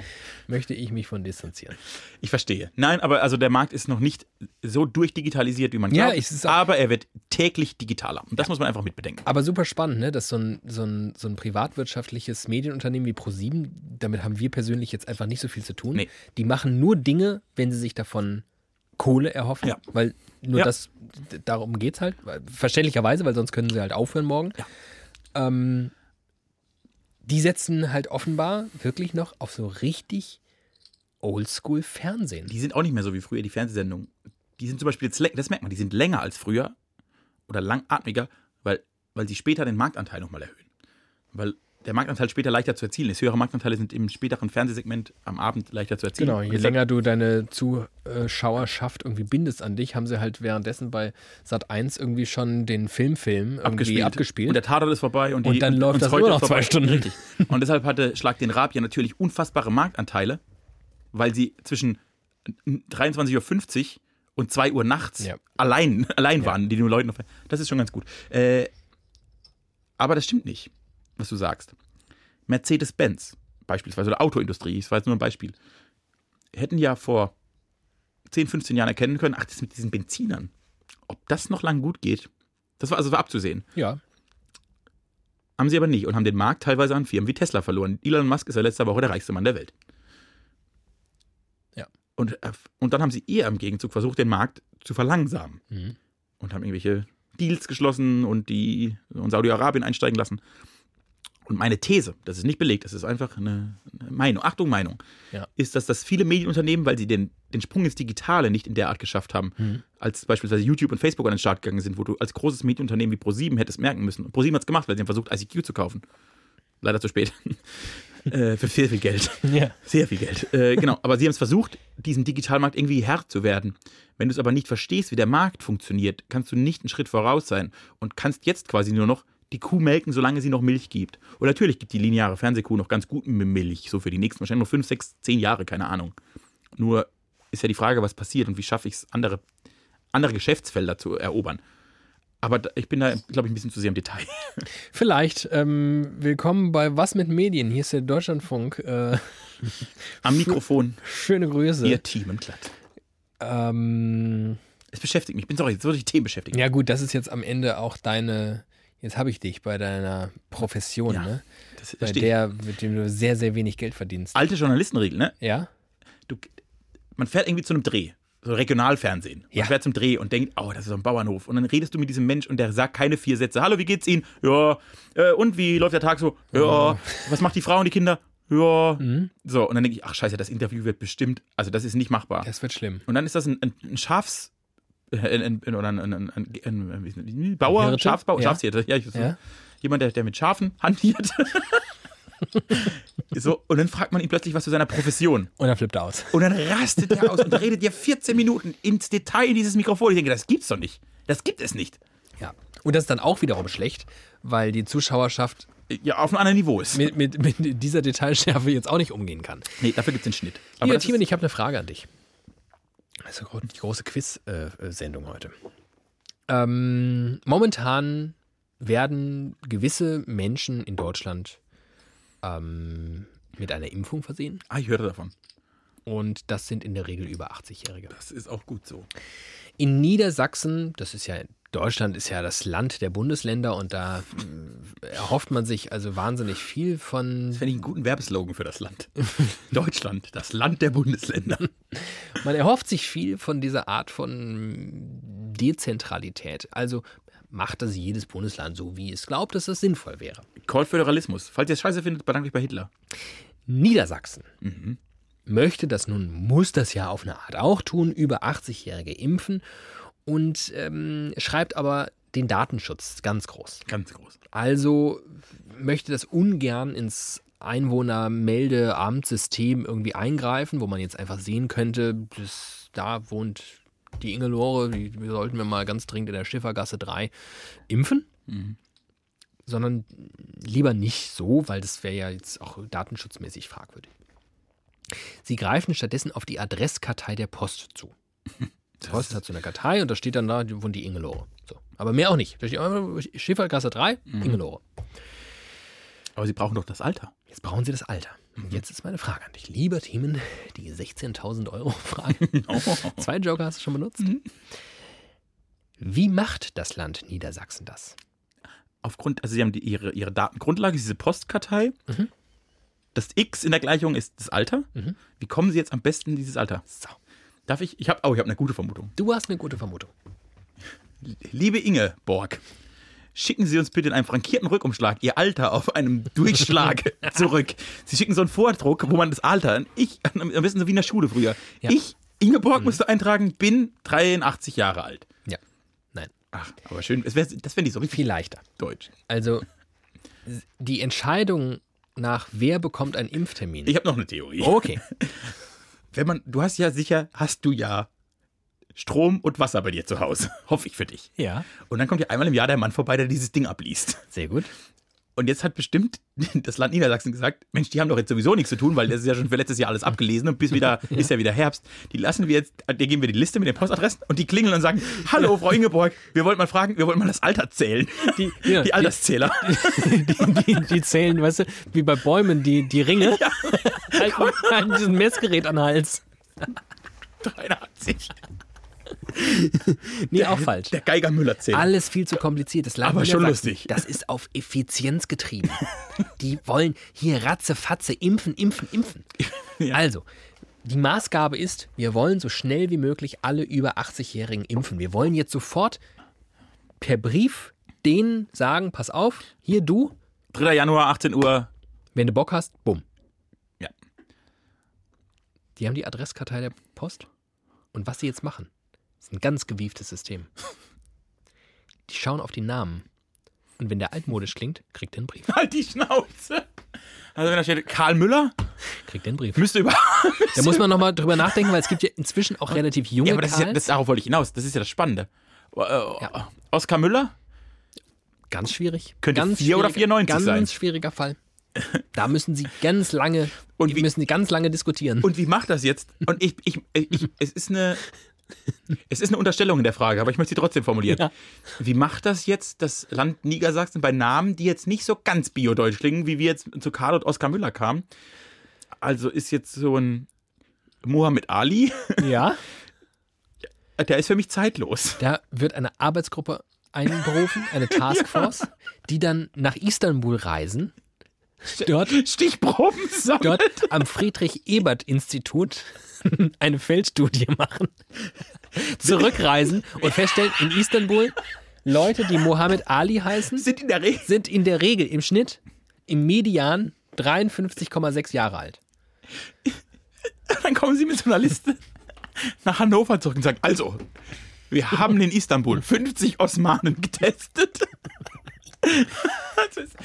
Möchte ich mich von distanzieren. Ich verstehe. Nein, aber also der Markt ist noch nicht so durchdigitalisiert, wie man Ja, glaubt. es ist auch- aber er wird täglich digitaler. Und das muss man einfach mitbedenken. Aber super spannend, ne? dass so ein, so, ein, so ein privatwirtschaftliches Medienunternehmen wie ProSieben, damit haben wir persönlich jetzt einfach nicht so viel zu tun. Nee. Die machen nur Dinge, wenn sie sich davon Kohle erhoffen, Ja. weil nur Ja. das, d- darum geht es halt. Verständlicherweise, weil sonst können sie halt aufhören morgen. Ähm, die setzen halt offenbar wirklich noch auf so richtig Oldschool-Fernsehen. Die sind auch nicht mehr so wie früher, die Fernsehsendungen. Die sind zum Beispiel jetzt, lä- das merkt man, die sind länger als früher oder langatmiger, weil, weil sie später den Marktanteil nochmal erhöhen. Weil der Marktanteil später leichter zu erzielen ist. Höhere Marktanteile sind im späteren Fernsehsegment am Abend leichter zu erzielen. Genau, Und je deshalb- länger du deine Zuschauerschaft irgendwie bindest an dich, haben sie halt währenddessen bei Sat 1 irgendwie schon den Filmfilm irgendwie abgespielt. Und der Tatort ist vorbei und, die, Und dann läuft das heute immer noch ist vorbei. zwei Stunden. Richtig. Und deshalb hatte Schlag den Raab ja natürlich unfassbare Marktanteile, weil sie zwischen 23.50 Uhr und 2 Uhr nachts Ja. allein, allein waren, die den Leuten. auf- Das ist schon ganz gut. Äh, aber das stimmt nicht, was du sagst. Mercedes-Benz beispielsweise oder Autoindustrie, das war jetzt nur ein Beispiel, hätten ja vor 10, 15 Jahren erkennen können, ach, das mit diesen Benzinern, ob das noch lang gut geht. Das war also war abzusehen. ja, Haben sie aber nicht und haben den Markt teilweise an Firmen wie Tesla verloren. Elon Musk ist ja letzte Woche der reichste Mann der Welt. Ja. Und, äh, und dann haben sie eher im Gegenzug versucht, den Markt zu verlangsamen. Mhm. Und haben irgendwelche Deals geschlossen und die und Saudi-Arabien einsteigen lassen. Und meine These, das ist nicht belegt, das ist einfach eine, eine Meinung, Achtung, Meinung, Ja. ist, dass das viele Medienunternehmen, weil sie den, den Sprung ins Digitale nicht in der Art geschafft haben, Mhm. als beispielsweise YouTube und Facebook an den Start gegangen sind, wo du als großes Medienunternehmen wie ProSieben hättest merken müssen. Und ProSieben hat es gemacht, weil sie haben versucht, ICQ zu kaufen. Leider zu spät. äh, für sehr viel Geld. Ja. Sehr viel Geld. Äh, genau, aber sie haben es versucht, diesem Digitalmarkt irgendwie Herr zu werden. Wenn du es aber nicht verstehst, wie der Markt funktioniert, kannst du nicht einen Schritt voraus sein und kannst jetzt quasi nur noch die Kuh melken, solange sie noch Milch gibt. Und natürlich gibt die lineare Fernsehkuh noch ganz gut Milch, so für die nächsten wahrscheinlich noch fünf, sechs, zehn Jahre, keine Ahnung. Nur ist ja die Frage, was passiert und wie schaffe ich es, andere, andere Geschäftsfelder zu erobern. Aber da, ich bin da, glaube ich, ein bisschen zu sehr im Detail. Vielleicht. Ähm, willkommen bei Was mit Medien. Hier ist der Deutschlandfunk. Äh, Am Mikrofon, schöne Grüße. ihr Team und glatt. Ähm, Es beschäftigt mich. Ich bin sorry, jetzt würde ich Themen beschäftigen. ja gut, das ist jetzt am Ende auch deine. Jetzt habe ich dich bei deiner Profession, Ja, ne? das, da Bei steht- der, mit dem du sehr, sehr wenig Geld verdienst. alte Journalistenregel, ne? Ja? Du, man fährt irgendwie zu einem Dreh. So Regionalfernsehen. Man Ja. fährt zum Dreh und denkt, oh, das ist so ein Bauernhof. Und dann redest du mit diesem Mensch und der sagt keine vier Sätze. Hallo, wie geht's Ihnen? Ja. Äh, und wie läuft der Tag so? Ja. Was macht die Frau und die Kinder? Ja. So, und dann denke ich, ach scheiße, das Interview wird bestimmt, also das ist nicht machbar. Das wird schlimm. Und dann ist das ein, ein, ein Schafs. äh, Ein, ein, oder ein, ein, ein, ein, ein, ein Bauer, Hirte? Schafsbauer, Ja. Schafshirte, ja, ich, so, Ja? jemand, der, der mit Schafen hantiert. so, und dann fragt man ihn plötzlich was zu seiner Profession. Und dann flippt er aus. Und dann rastet er aus und redet dir 14 Minuten ins Detail in dieses Mikrofon. Ich denke, das gibt's doch nicht. Das gibt es nicht. Ja. Und das ist dann auch wiederum schlecht, weil die Zuschauerschaft Ja, auf einem anderen Niveau ist. mit, mit, mit dieser Detailschärfe jetzt auch nicht umgehen kann. Nee, dafür gibt's den Schnitt. Lieber das Timon, ist, ich habe eine Frage an dich. Das ist eine gro- die große Quiz-Sendung heute. Ähm, momentan werden gewisse Menschen in Deutschland ähm, mit einer Impfung versehen. ah, ich hörte davon. Und das sind in der Regel über 80-Jährige. Das ist auch gut so. In Niedersachsen, das ist ja, Deutschland ist ja das Land der Bundesländer und da äh, erhofft man sich also wahnsinnig viel von Das fände ich einen guten Werbeslogan für das Land. Deutschland, das Land der Bundesländer. Man erhofft sich viel von dieser Art von Dezentralität. Also macht das jedes Bundesland so, wie es glaubt, dass das sinnvoll wäre. Call Föderalismus. Falls ihr es scheiße findet, bedankt euch bei Hitler. Niedersachsen möchte das nun, muss das ja auf eine Art auch tun, über 80-Jährige impfen und ähm, schreibt aber den Datenschutz ganz groß. Ganz groß. Also möchte das ungern ins Einwohnermeldeamtssystem irgendwie eingreifen, wo man jetzt einfach sehen könnte, dass da wohnt die Ingelore, die wir sollten wir mal ganz dringend in der Schiffergasse 3 impfen. Sondern lieber nicht so, weil das wäre ja jetzt auch datenschutzmäßig fragwürdig. Sie greifen stattdessen auf die Adresskartei der Post zu. Die Post hat so eine Kartei und da steht dann da, die wohnt die Ingelore. So. Aber mehr auch nicht. Da steht einfach Schiffergasse 3, Ingelore. Aber sie brauchen doch das Alter. Jetzt brauchen Sie das Alter. Und Jetzt ist meine Frage an dich. Lieber Themen, die 16.000 Euro Frage. Zwei Joker hast du schon benutzt. Wie macht das Land Niedersachsen das? Aufgrund, also sie haben die, ihre, ihre Datengrundlage, diese Postkartei. Das X in der Gleichung ist das Alter. Wie kommen sie jetzt am besten in dieses Alter? So. Darf ich? Ich habe, oh, ich habe eine gute Vermutung. Du hast eine gute Vermutung. Liebe Ingeborg, schicken Sie uns bitte in einem frankierten Rückumschlag Ihr Alter auf einem Durchschlag zurück. Sie schicken so einen Vordruck, wo man das Alter, ich, am besten so wie in der Schule früher. Ja. Ich, Ingeborg, musste eintragen, bin 83 Jahre alt. Ja. Nein. Ach, aber schön, es wär, das fände ich so richtig Viel leichter. deutsch. Also, s- die Entscheidung nach, wer bekommt einen Impftermin. Ich habe noch eine Theorie. okay. Oh, Wenn man, du hast ja sicher, hast du ja Strom und Wasser bei dir zu Hause. Hoffe ich für dich. Ja. Und dann kommt ja einmal im Jahr der Mann vorbei, der dieses Ding abliest. Sehr gut. Und jetzt hat bestimmt das Land Niedersachsen gesagt, Mensch, die haben doch jetzt sowieso nichts zu tun, weil das ist ja schon für letztes Jahr alles abgelesen und bis wieder ist ja wieder Herbst. Die lassen wir jetzt, der geben wir die Liste mit den Postadressen und die klingeln und sagen, hallo Frau Ingeborg, wir wollten mal fragen, wir wollten mal das Alter zählen. Die, ja, die- also Alterszähler. Die, die zählen, weißt du, wie bei Bäumen, die, die Ringe. Ja. Halten diesen Messgerät an den Hals. 83. Nee, auch falsch. Der Geiger Müller zählt. Alles viel zu kompliziert. Das Land Aber schon Niedersachsen, lustig. Das ist auf Effizienz getrieben. die wollen hier ratze, fatze, impfen, impfen, impfen. Also, die Maßgabe ist, wir wollen so schnell wie möglich alle über 80-Jährigen impfen. Wir wollen jetzt sofort per Brief denen sagen, pass auf, hier du, 3. Januar, 18 Uhr. wenn du Bock hast, bumm. Ja. Die haben die Adresskartei der Post. Und was sie jetzt machen, ist ein ganz gewieftes System. Die schauen auf die Namen. Und wenn der altmodisch klingt, kriegt er einen Brief. Halt die Schnauze. Also wenn da steht, Karl Müller Kriegt den Brief. müsste über. Da muss man nochmal drüber nachdenken, weil es gibt ja inzwischen auch relativ junge Ja, aber das ist ja, Karls. das, darauf wollte ich hinaus. Das ist ja das Spannende. Äh, Oskar Müller? Ganz schwierig. Könnte ganz vier oder schwieriger- 94 ganz sein. schwieriger Fall. Da müssen sie ganz lange, Und die wie- müssen ganz lange diskutieren. Und wie macht das jetzt? Und ich, ich, ich, es ist eine. Es ist eine Unterstellung in der Frage, aber ich möchte sie trotzdem formulieren. Ja. Wie macht das jetzt das Land Niedersachsen bei Namen, die jetzt nicht so ganz biodeutsch klingen, wie wir jetzt zu Karl und Oskar Müller kamen? Also ist jetzt so ein Mohammed Ali, ja. der ist für mich zeitlos. Da wird eine Arbeitsgruppe einberufen, eine Taskforce, die dann nach Istanbul reisen. Dort, Stichproben sammeln. dort am Friedrich-Ebert-Institut eine Feldstudie machen, zurückreisen und feststellen, in Istanbul Leute, die Mohammed Ali heißen, sind in der Regel sind in der Regel im Schnitt im Median 53,6 Jahre alt. Dann kommen sie mit so einer Liste nach Hannover zurück und sagen, also, wir haben in Istanbul 50 Osmanen getestet. Das ist-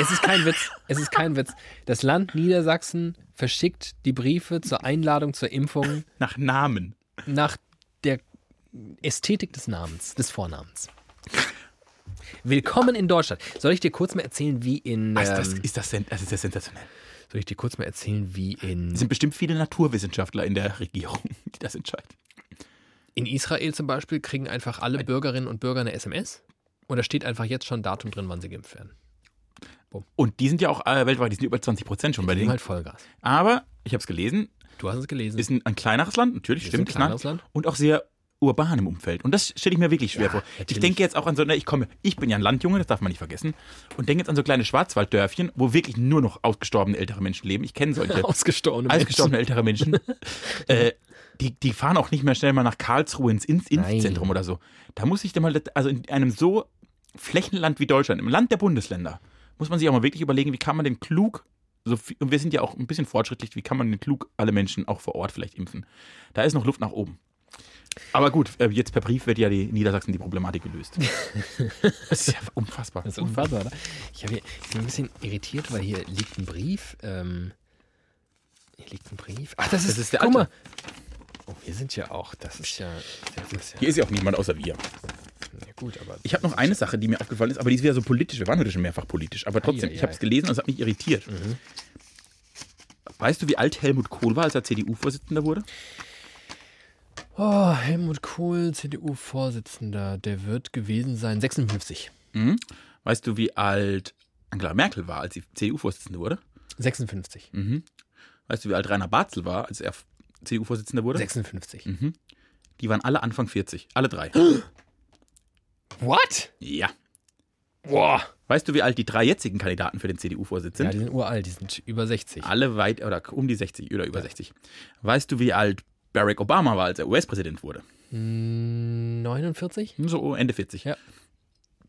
Es ist kein Witz. Es ist kein Witz. Das Land Niedersachsen verschickt die Briefe zur Einladung zur Impfung Nach Namen. nach der Ästhetik des Namens, des Vornamens. Willkommen in Deutschland. Soll ich dir kurz mal erzählen, wie in Ist das, ähm, ist das, sen- das ist ja sensationell. soll ich dir kurz mal erzählen, wie Es in sind bestimmt viele Naturwissenschaftler in der Regierung, die das entscheiden. in Israel zum Beispiel kriegen einfach alle Bürgerinnen und Bürger eine SMS und da steht einfach jetzt schon Datum drin, wann sie geimpft werden. Und die sind ja auch äh, weltweit, die sind über 20 Prozent schon bei Nimm denen. halt Vollgas. Aber, ich habe es gelesen, Du hast es gelesen. ist ein, ein kleineres Land, natürlich, Wir stimmt. sind ein kleineres Land. Und auch sehr urban im Umfeld. Und das stelle ich mir wirklich schwer vor. Ich natürlich. denke jetzt auch an so, ne, ich komme, ich bin ja ein Landjunge, das darf man nicht vergessen. Und denke jetzt an so kleine Schwarzwalddörfchen, wo wirklich nur noch ausgestorbene ältere Menschen leben. Ich kenne solche Ausgestorbene Menschen. ausgestorbene ältere Menschen. äh, die, die fahren auch nicht mehr schnell mal nach Karlsruhe ins Inf- Nein. Impfzentrum oder so. Da muss ich dann mal, also in einem so Flächenland wie Deutschland, im Land der Bundesländer, muss man sich auch mal wirklich überlegen, wie kann man denn klug, so viel, und wir sind ja auch ein bisschen fortschrittlich, wie kann man denn klug alle Menschen auch vor Ort vielleicht impfen? Da ist noch Luft nach oben. Aber gut, äh, jetzt per Brief wird ja die in Niedersachsen die Problematik gelöst. das ist ja unfassbar. Das ist unfassbar, oder? Ich, hab hier, ich bin ein bisschen irritiert, weil hier liegt ein Brief. Ähm, hier liegt ein Brief. Ach, das ist, ist der guck alte. mal. Oh, wir sind ja auch. Das ist ja. Das ist ja, Hier ist ja auch niemand außer wir. ja gut, aber. Ich habe noch eine Sache, die mir aufgefallen ist, aber die ist wieder so politisch. Wir waren heute schon mehrfach politisch, aber trotzdem, Ei, ei, ich habe es ei. gelesen und es hat mich irritiert. Weißt du, wie alt Helmut Kohl war, als er CDU-Vorsitzender wurde? Oh, Helmut Kohl, CDU-Vorsitzender. Der wird gewesen sein 56. Weißt du, wie alt Angela Merkel war, als sie CDU-Vorsitzende wurde? 56. Weißt du, wie alt Rainer Barzel war, als er CDU-Vorsitzender wurde? Mhm. 56. Die waren alle Anfang 40, alle drei. What? ja. Boah. Weißt du, wie alt die drei jetzigen Kandidaten für den CDU-Vorsitz sind? Ja, die sind uralt. Die sind über 60. alle weit oder um die 60 oder über 60. Weißt du, wie alt Barack Obama war, als er US-Präsident wurde? Mm, 49? Hm, So Ende 40. Ja.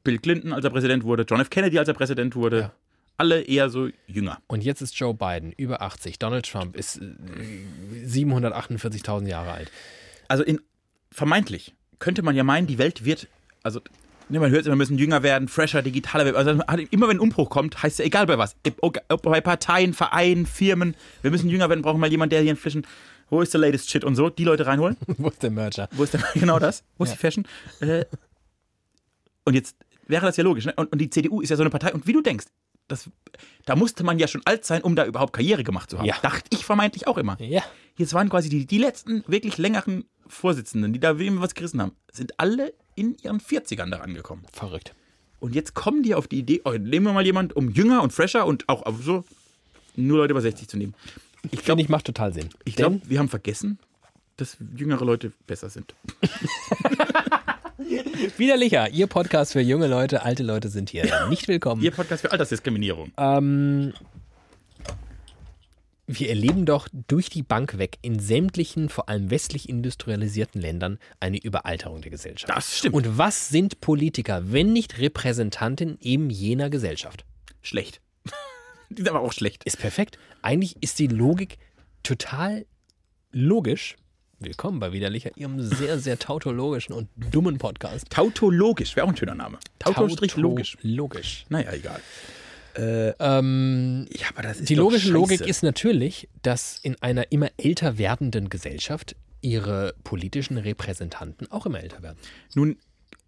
Bill Clinton, als er Präsident wurde, John F. Kennedy, als er Präsident wurde, Ja. alle eher so jünger. Und jetzt ist Joe Biden über 80. Donald Trump ist äh, 748.000 Jahre alt. Also in vermeintlich könnte man ja meinen, die Welt wird, also ne, man hört immer, wir müssen jünger werden, fresher, digitaler werden. Also hat- immer wenn ein Umbruch kommt, heißt ja egal bei was, ob, ob bei Parteien, Vereinen, Firmen, wir müssen jünger werden, brauchen mal jemanden, der hier inzwischen, wo ist der latest shit und so, die Leute reinholen. Wo ist der Merger? Wo ist der, genau das? Wo ist Ja. die Fashion? Äh, und jetzt wäre das ja logisch. Ne? Und, und die CDU ist ja so eine Partei. Und wie du denkst, das, da musste man ja schon alt sein, um da überhaupt Karriere gemacht zu haben. Ja. Dachte ich vermeintlich auch immer. Ja. Jetzt waren quasi die, die letzten wirklich längeren Vorsitzenden, die da wem was gerissen haben, sind alle in ihren 40ern da rangekommen. Verrückt. Und jetzt kommen die auf die Idee, oh, nehmen wir mal jemand, um jünger und fresher und auch auf so nur Leute über 60 zu nehmen. Ich glaube, ich macht total Sinn. Ich glaube, wir haben vergessen, dass jüngere Leute besser sind. Denn- widerlicher. Ihr Podcast für junge Leute, alte Leute sind hier nicht willkommen. Ihr Podcast für Altersdiskriminierung. Ähm, wir erleben doch durch die Bank weg in sämtlichen, vor allem westlich industrialisierten Ländern eine Überalterung der Gesellschaft. Das stimmt. Und was sind Politiker, wenn nicht Repräsentanten eben jener Gesellschaft? schlecht. Die sind aber auch schlecht. Ist perfekt. Eigentlich ist die Logik total logisch. Willkommen bei Widerlicher, Ihrem sehr, sehr tautologischen und dummen Podcast. Tautologisch wäre auch ein schöner Name. Tauto-logisch. Logisch. Naja, egal. Äh, Ähm, Ja, aber das ist die doch logische scheiße. Logik ist natürlich, dass in einer immer älter werdenden Gesellschaft ihre politischen Repräsentanten auch immer älter werden. Nun,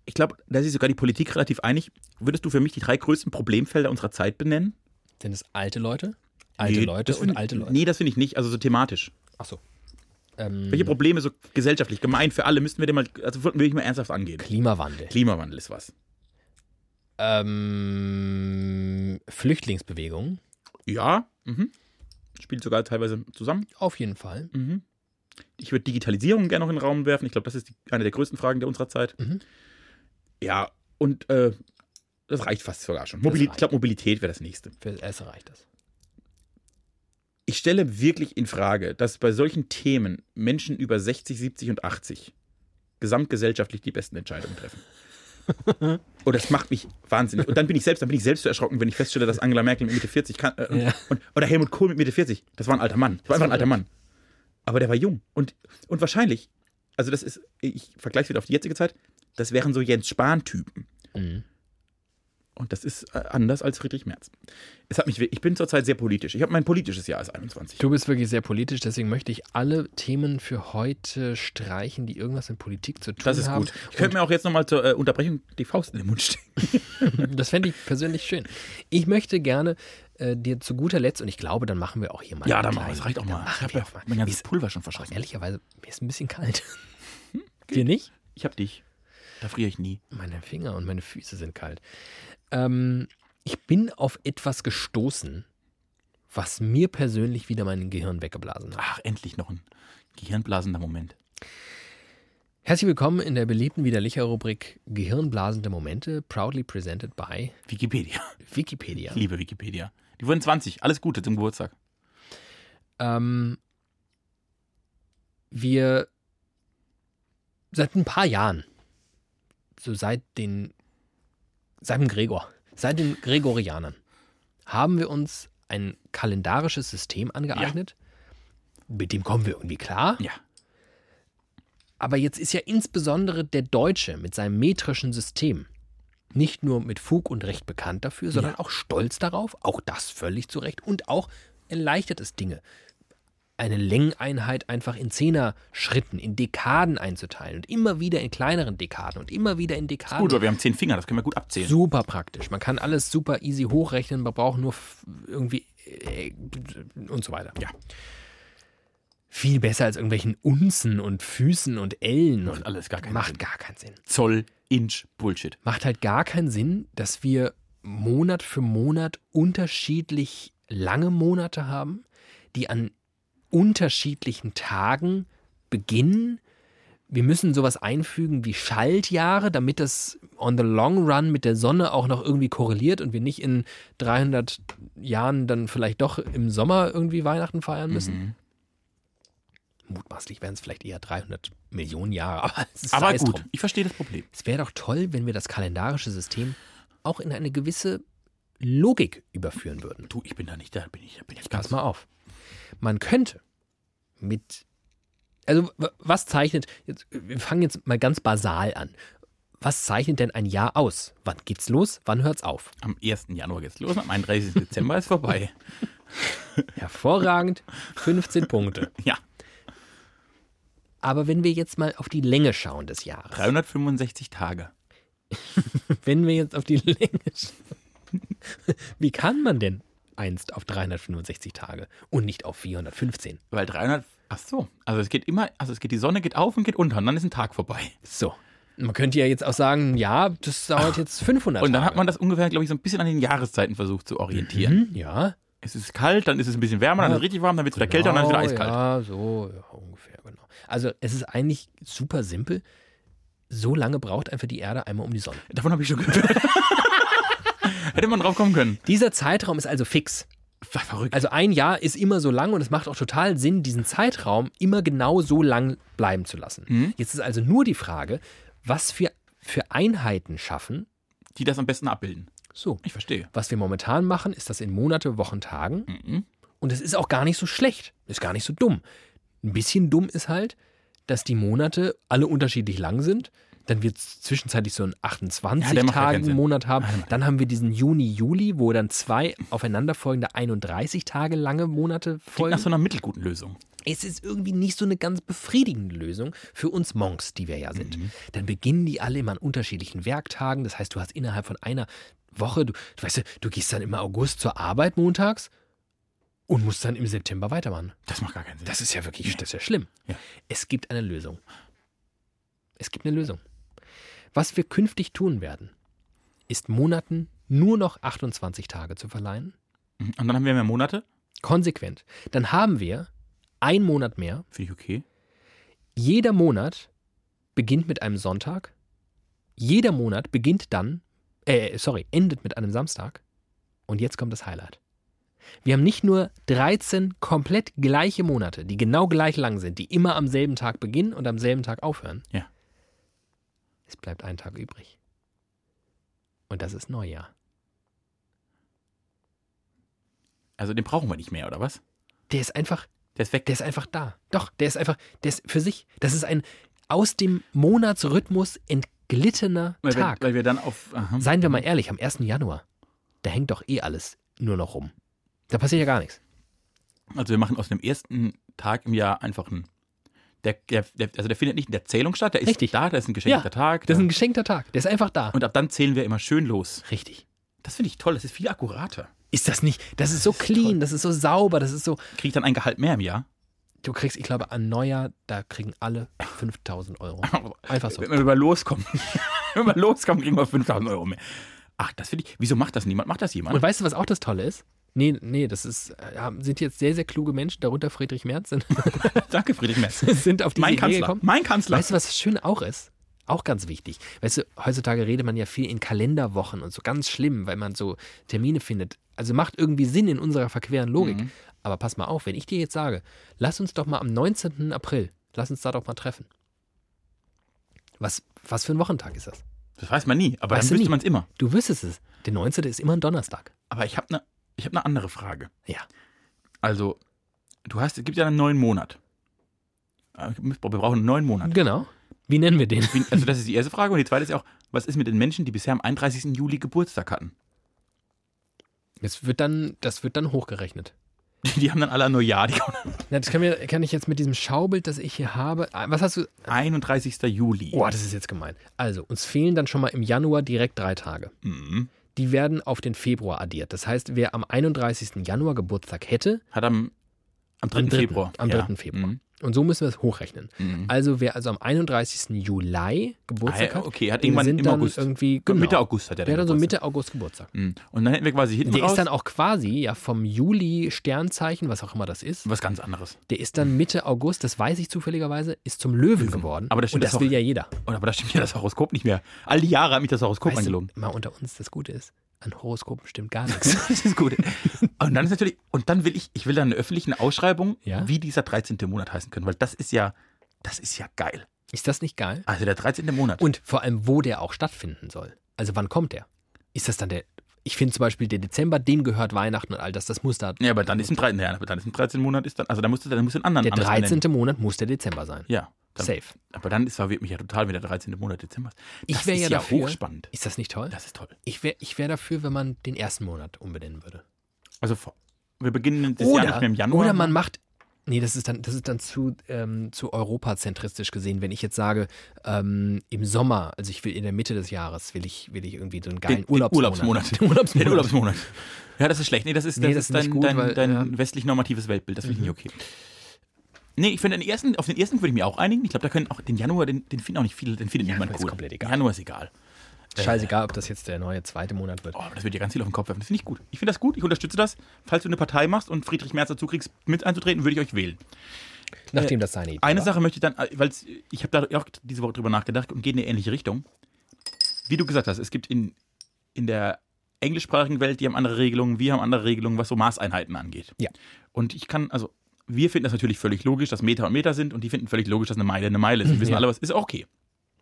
ich glaube, da ist sogar die Politik relativ einig. Würdest du für mich die drei größten Problemfelder unserer Zeit benennen? Sind es alte Leute, alte Nee, Leute das und find- alte Leute? Nee, das finde ich nicht. Also so thematisch. Achso. Ähm, Welche Probleme so gesellschaftlich, gemein für alle, müssten wir denn mal, also würden wir nicht mal ernsthaft angehen. Klimawandel, Klimawandel ist was. ähm, Flüchtlingsbewegung, Ja, mhm. spielt sogar teilweise zusammen. auf jeden Fall. Mhm. Ich würde Digitalisierung gerne noch in den Raum werfen. Ich glaube, das ist die, eine der größten Fragen der unserer Zeit. Mhm. Ja, und äh, das reicht fast sogar schon. Mobili reicht. ich glaube, Mobilität wäre das nächste. Für das reicht das. Ich stelle wirklich in Frage, dass bei solchen Themen Menschen über 60, 70 und 80 gesamtgesellschaftlich die besten Entscheidungen treffen. Und das macht mich wahnsinnig. Und dann bin ich selbst, dann bin ich selbst so erschrocken, wenn ich feststelle, dass Angela Merkel mit Mitte 40 kann, äh, Ja. und, oder Helmut Kohl mit Mitte 40. Das war ein alter Mann. Das war einfach ein alter Mann. Aber der war jung. Und, und wahrscheinlich, also das ist, ich vergleiche es wieder auf die jetzige Zeit, das wären so Jens Spahn-Typen. Mhm. Und das ist äh, anders als Friedrich Merz. Es hat mich, wir- ich bin zurzeit sehr politisch. Ich habe mein politisches Jahr als 21. Du bist wirklich sehr politisch, deswegen möchte ich alle Themen für heute streichen, die irgendwas mit Politik zu tun Das ist haben. gut. Ich könnte mir auch jetzt nochmal zur äh, Unterbrechung die Faust in den Mund stecken. Das fände ich persönlich schön. Ich möchte gerne äh, dir zu guter Letzt, und ich glaube, dann machen wir auch hier mal. einen kleinen- Dann Ich machen habe wir ja auch mal. mein ganzes Pulver schon Ist, verschossen. ehrlicherweise, mir ist ein bisschen kalt. Dir nicht? Ich habe dich. Da friere ich nie. Meine Finger und meine Füße sind kalt. Ähm, ich bin auf etwas gestoßen, was mir persönlich wieder mein Gehirn weggeblasen hat. Ach, endlich noch ein gehirnblasender Moment. Herzlich willkommen in der beliebten Widerlicher-Rubrik Gehirnblasende Momente, proudly presented by Wikipedia. Wikipedia. Ich liebe Wikipedia. Die wurden 20. Alles Gute zum Geburtstag. Ähm, wir seit ein paar Jahren, so seit den, seit dem Gregor, seit den Gregorianern, haben wir uns ein kalendarisches System angeeignet. Mit dem kommen wir irgendwie klar. Ja. Aber jetzt ist ja insbesondere der Deutsche mit seinem metrischen System nicht nur mit Fug und Recht bekannt dafür, sondern auch stolz darauf, auch das völlig zu Recht und auch erleichtert es Dinge. Eine Längeneinheit einfach in Zehner-Schritten, in Dekaden einzuteilen und immer wieder in kleineren Dekaden und immer wieder in Dekaden. Gut, aber wir haben zehn Finger, das können wir gut abzählen. Super praktisch. Man kann alles super easy hochrechnen, man braucht nur f- irgendwie äh, und so weiter. Ja. Viel besser als irgendwelchen Unzen und Füßen und Ellen. Macht alles gar keinen Macht Sinn. gar keinen Sinn. Zoll, Inch, Bullshit. Macht halt gar keinen Sinn, dass wir Monat für Monat unterschiedlich lange Monate haben, die an unterschiedlichen Tagen beginnen. Wir müssen sowas einfügen wie Schaltjahre, damit das on the long run mit der Sonne auch noch irgendwie korreliert und wir nicht in 300 Jahren dann vielleicht doch im Sommer irgendwie Weihnachten feiern müssen. Mhm. Mutmaßlich wären es vielleicht eher 300 Millionen Jahre, aber es ist Aber gut, ich verstehe das Problem. es wäre doch toll, wenn wir das kalendarische System auch in eine gewisse Logik überführen würden. Du, ich bin da nicht da, bin ich, da bin ich ganz. Pass mal auf. Man könnte mit. Also, w- was zeichnet. Jetzt, wir fangen jetzt mal ganz basal an. Was zeichnet denn ein Jahr aus? Wann geht's los? Wann hört's auf? Am 1. Januar geht's los, am 31. Dezember ist vorbei. Hervorragend. 15 Punkte. Ja, Aber wenn wir jetzt mal auf die Länge schauen des Jahres. 365 Tage. Wenn wir jetzt auf die Länge schauen. Wie kann man denn einst auf 365 Tage und nicht auf 415? Weil 300. Ach so, also es geht immer, also es geht, die Sonne geht auf und geht unter und dann ist ein Tag vorbei. So. Man könnte ja jetzt auch sagen, ja, das dauert jetzt 500 Und dann Tage. hat man das ungefähr, glaube ich, so ein bisschen an den Jahreszeiten versucht zu orientieren. Hm, ja. Es ist kalt, dann ist es ein bisschen wärmer, dann ist es richtig warm, dann wird es wieder kälter und dann ist es wieder Genau, eiskalt. Ja, so ja, ungefähr, genau. Also es ist eigentlich super simpel. So lange braucht einfach die Erde einmal um die Sonne. Davon habe ich schon gehört. Hätte man drauf kommen können. Dieser Zeitraum ist also fix. War verrückt. Also ein Jahr ist immer so lang und es macht auch total Sinn, diesen Zeitraum immer genau so lang bleiben zu lassen. Mhm. Jetzt ist also nur die Frage, was wir für Einheiten schaffen. die das am besten abbilden. So, Ich verstehe. was wir momentan machen, ist das in Monate, Wochen, Tagen. Mhm. Und es ist auch gar nicht so schlecht. Ist gar nicht so dumm. Ein bisschen dumm ist halt, dass die Monate alle unterschiedlich lang sind, dann wird es zwischenzeitlich so einen Ja, der macht ja keinen Sinn. 28-Tagen-Monat haben. Dann haben wir diesen Juni, Juli, wo dann zwei aufeinanderfolgende 31 Tage lange Monate Klingt folgen. nach so einer mittelguten Lösung. Es ist irgendwie nicht so eine ganz befriedigende Lösung für uns Monks, die wir ja sind. Dann beginnen die alle immer an unterschiedlichen Werktagen. Das heißt, du hast innerhalb von einer Woche, du, du weißt, ja, du gehst dann im August zur Arbeit montags und musst dann im September weitermachen. Das macht gar keinen Sinn. Das ist ja wirklich das ist ja schlimm. Ja. Es gibt eine Lösung. Es gibt eine Lösung. Was wir künftig tun werden, ist Monaten nur noch 28 Tage zu verleihen. Mhm. Und dann haben wir mehr Monate. Konsequent. Dann haben wir einen Monat mehr. Finde ich okay. Jeder Monat beginnt mit einem Sonntag. Jeder Monat beginnt dann, äh, sorry, endet mit einem Samstag. Und jetzt kommt das Highlight. Wir haben nicht nur 13 komplett gleiche Monate, die genau gleich lang sind, die immer am selben Tag beginnen und am selben Tag aufhören. Ja. Es bleibt ein Tag übrig. Und das ist Neujahr. Also den brauchen wir nicht mehr, oder was? Der ist einfach Der ist weg. Der ist einfach da. Doch, der ist einfach, der ist für sich. Das ist ein aus dem Monatsrhythmus entglittener weil, Tag. Wir, weil wir dann auf. Aha. Seien wir mal ehrlich, am 1. Januar, da hängt doch eh alles nur noch rum. Da passiert ja gar nichts. Also wir machen aus dem ersten Tag im Jahr einfach einen. Der, der, der, also der findet nicht in der Zählung statt, der ist Richtig. da, da ist ein geschenkter Ja, Tag. Das ist da- ein geschenkter Tag. Der ist einfach da. und ab dann zählen wir immer schön los. Richtig. Das finde ich toll, das ist viel akkurater. Ist das nicht, das ist so clean, das ist so sauber, das ist so. Kriege ich dann ein Gehalt mehr im Jahr? Du kriegst, ich glaube, an Neujahr, da kriegen alle 5000 Euro. Einfach so. Wenn wir über loskommen, wenn wir loskommen, kriegen wir 5000 Euro mehr. Ach, das finde ich. Wieso macht das niemand? Macht das jemand? Und weißt du, was auch das Tolle ist? Nee, nee, das ist, äh, haben- sind jetzt sehr, sehr kluge Menschen, darunter Friedrich Merz, sind, Danke, Friedrich Merz. sind auf diese Mein Idee Kanzler. gekommen. Mein Kanzler. Weißt du, was schön auch ist? Auch ganz wichtig. Weißt du, heutzutage redet man ja viel in Kalenderwochen und so ganz schlimm, weil man so Termine findet. Also macht irgendwie Sinn in unserer verqueren Logik. Aber pass mal auf, wenn ich dir jetzt sage, lass uns doch mal am 19. April, lass uns da doch mal treffen. Was, was für ein Wochentag ist das? das weiß man nie, aber Weißt du dann nie. wüsste man es immer. Du wüsstest es. Der 19. ist immer ein Donnerstag. Aber ich habe eine ich hab ne andere Frage. Ja. Also, du hast, es gibt ja einen neuen Monat. Äh, Wir brauchen einen neuen Monat. Genau. Wie nennen wir den? Wie- Also, das ist die erste Frage. Und die zweite ist ja auch, was ist mit den Menschen, die bisher am 31. Juli Geburtstag hatten? Das wird dann, das wird dann hochgerechnet. Die, die haben dann alle ein Neujahr. Die kommen Na, Das kann, mir, kann ich jetzt mit diesem Schaubild, das ich hier habe. Ah, Was hast du? 31. Juli. Boah, das ist jetzt gemein. Also, uns fehlen dann schon mal im Januar direkt drei Tage. Mhm. Die werden auf den Februar addiert. Das heißt, wer am 31. Januar Geburtstag hätte, Hat am, am 3. am 3. Februar. Am Ja. 3. Februar. Mhm. Und so müssen wir es hochrechnen. Mhm. Also, wer also am 31. Juli Geburtstag Ah, ja, hat, okay, hat dem irgendwann sind im dann August. irgendwie genau, Mitte August hat er Der hat dann dann so Geburtstag. Mitte August Geburtstag. Mhm. Und dann hätten wir quasi hinten Der raus ist dann auch quasi ja vom Juli Sternzeichen, was auch immer das ist. was ganz anderes. Der ist dann Mitte August, das weiß ich zufälligerweise, ist zum Löwen geworden. Aber das stimmt Und das doch. will ja jeder. Und aber da stimmt ja das Horoskop nicht mehr. All die Jahre hat mich das Horoskop Weißt du, angelogen. mal unter uns, das Gute ist, an Horoskopen stimmt gar nichts. Das ist gut. Und dann ist natürlich, und dann will ich, ich will dann eine öffentliche Ausschreibung, Ja? wie dieser 13. Monat heißen können, weil das ist ja, das ist ja geil. Ist das nicht geil? Also der 13. Monat. Und vor allem, wo der auch stattfinden soll. Also wann kommt der? Ist das dann der. Ich finde zum Beispiel, der Dezember, dem gehört Weihnachten und all das, das muss da. ja, aber dann ist ein 13. Ja, aber dann ist ein 13. Monat ist dann, also da musst du, dann musst du einen anderen der anders 13. benennen. Monat muss der Dezember sein. Ja. Dann, Safe. Aber dann ist, verwirrt mich ja total, wenn der 13. Monat Dezember ist. Ich Das wäre ist ja, ja dafür. hochspannend. Ist das nicht toll? Das ist toll. Ich wäre ich wär dafür, wenn man den ersten Monat umbenennen würde. Also vor- wir beginnen das Jahr nicht mehr im Januar. ne? oder man macht. Nee, das ist dann, das ist dann zu, ähm, zu europazentristisch gesehen, wenn ich jetzt sage, ähm, im Sommer, also ich will in der Mitte des Jahres, will ich, will ich irgendwie so einen den, geilen den Urlaubsmonat. Den Urlaubsmonat. Den Urlaubsmonat. Ja, das ist schlecht. Nee, das ist, das Nee, das ist ist nicht dein, gut, dein, weil, dein ja. Mhm. westlich normatives Weltbild. Das finde ich nicht okay. Nee, ich finde den ersten, auf den ersten würde ich mir auch einigen. Ich glaube, da können auch den Januar, den, den finden auch nicht viele, den findet niemand ist cool. komplett egal. Januar ist egal. Scheißegal, ob das jetzt der neue zweite Monat wird. Oh, aber das wird dir ganz viel auf den Kopf werfen. Das finde ich gut. Ich finde das gut. Ich unterstütze das. Falls du eine Partei machst und Friedrich Merz dazu kriegst, mit einzutreten, würde ich euch wählen. Nachdem das seine Idee Eine war. Sache möchte ich dann, weil ich habe da auch diese Woche drüber nachgedacht und geht in eine ähnliche Richtung. Wie du gesagt hast, es gibt in, in der englischsprachigen Welt, die haben andere Regelungen, wir haben andere Regelungen, was so Maßeinheiten angeht. Ja. Und ich kann, also wir finden das natürlich völlig logisch, dass Meter und Meter sind und die finden völlig logisch, dass eine Meile eine Meile ist. Und wissen Ja. alle, was ist auch okay.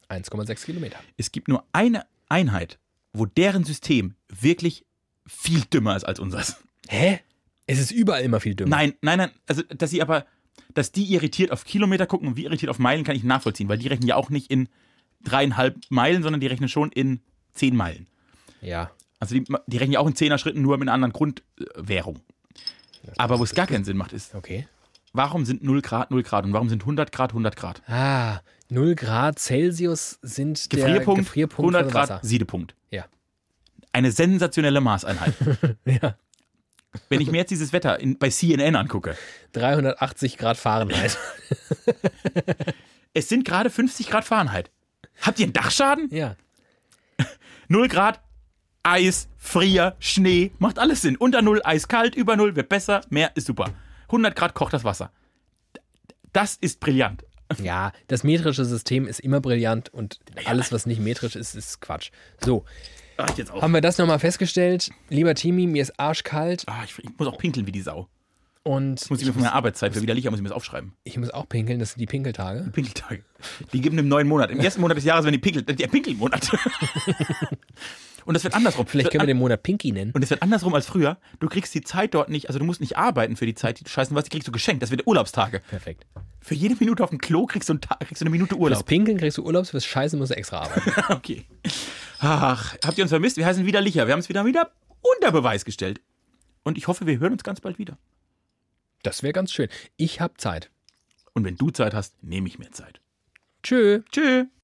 1,6 Kilometer. Es gibt nur eine Einheit, wo deren System wirklich viel dümmer ist als unseres. Hä? Es ist überall immer viel dümmer. Nein, nein, nein. Also, dass sie aber, dass die irritiert auf Kilometer gucken und wir irritiert auf Meilen, kann ich nachvollziehen, weil die rechnen ja auch nicht in, dreieinhalb Meilen, sondern die rechnen schon in zehn Meilen. Ja. Also die, die rechnen ja auch in Zehner-Schritten, nur mit einer anderen Grundwährung. Aber wo es gar keinen Sinn macht, ist, Okay. warum sind 0 Grad 0 Grad und warum sind 100 Grad 100 Grad? Ah, 0 Grad Celsius sind der Gefrierpunkt, Gefrierpunkt 100 von Grad Wasser. Siedepunkt. Ja. Eine sensationelle Maßeinheit. ja. Wenn ich mir jetzt dieses Wetter in, bei CNN angucke, 380 Grad Fahrenheit. es sind gerade 50 Grad Fahrenheit. Habt ihr einen Dachschaden? ja. 0 Grad, Eis, Frier, Schnee, macht alles Sinn. Unter 0 eiskalt, über 0 wird besser, mehr ist super. 100 Grad kocht das Wasser. Das ist brillant. Ja, das metrische System ist immer brillant und alles, was nicht metrisch ist, ist Quatsch. So, Ach, Ah, jetzt auch. haben wir das nochmal festgestellt. Lieber Timi, mir ist arschkalt Ah, ich, ich muss auch pinkeln wie die Sau. und Das muss ich mir von meiner Arbeitszeit für widerlicher, muss ich mir das aufschreiben. ich muss auch pinkeln, das sind die Pinkeltage. Pinkeltage. Die geben einem neuen Monat. Im ersten Monat des Jahres, wenn die pinkelt, der Pinkelmonat. Und das wird andersrum. Vielleicht können wir den Monat Pinky nennen. Und es wird andersrum als früher. Du kriegst die Zeit dort nicht, also du musst nicht arbeiten für die Zeit, die du scheißen was, die kriegst du geschenkt. Das wird Urlaubstage. Perfekt. Für jede Minute auf dem Klo kriegst du, einen Tag, kriegst du eine Minute Fürs Urlaub. Pinkeln kriegst du Urlaubs, fürs Scheißen musst du extra arbeiten. Okay. Ach, habt ihr uns vermisst? Wir heißen wieder Licher. Wir haben es wieder wieder unter Beweis gestellt. Und ich hoffe, wir hören uns ganz bald wieder. Das wäre ganz schön. Ich hab Zeit. Und wenn du Zeit hast, nehme ich mir Zeit. Tschö. Tschüss.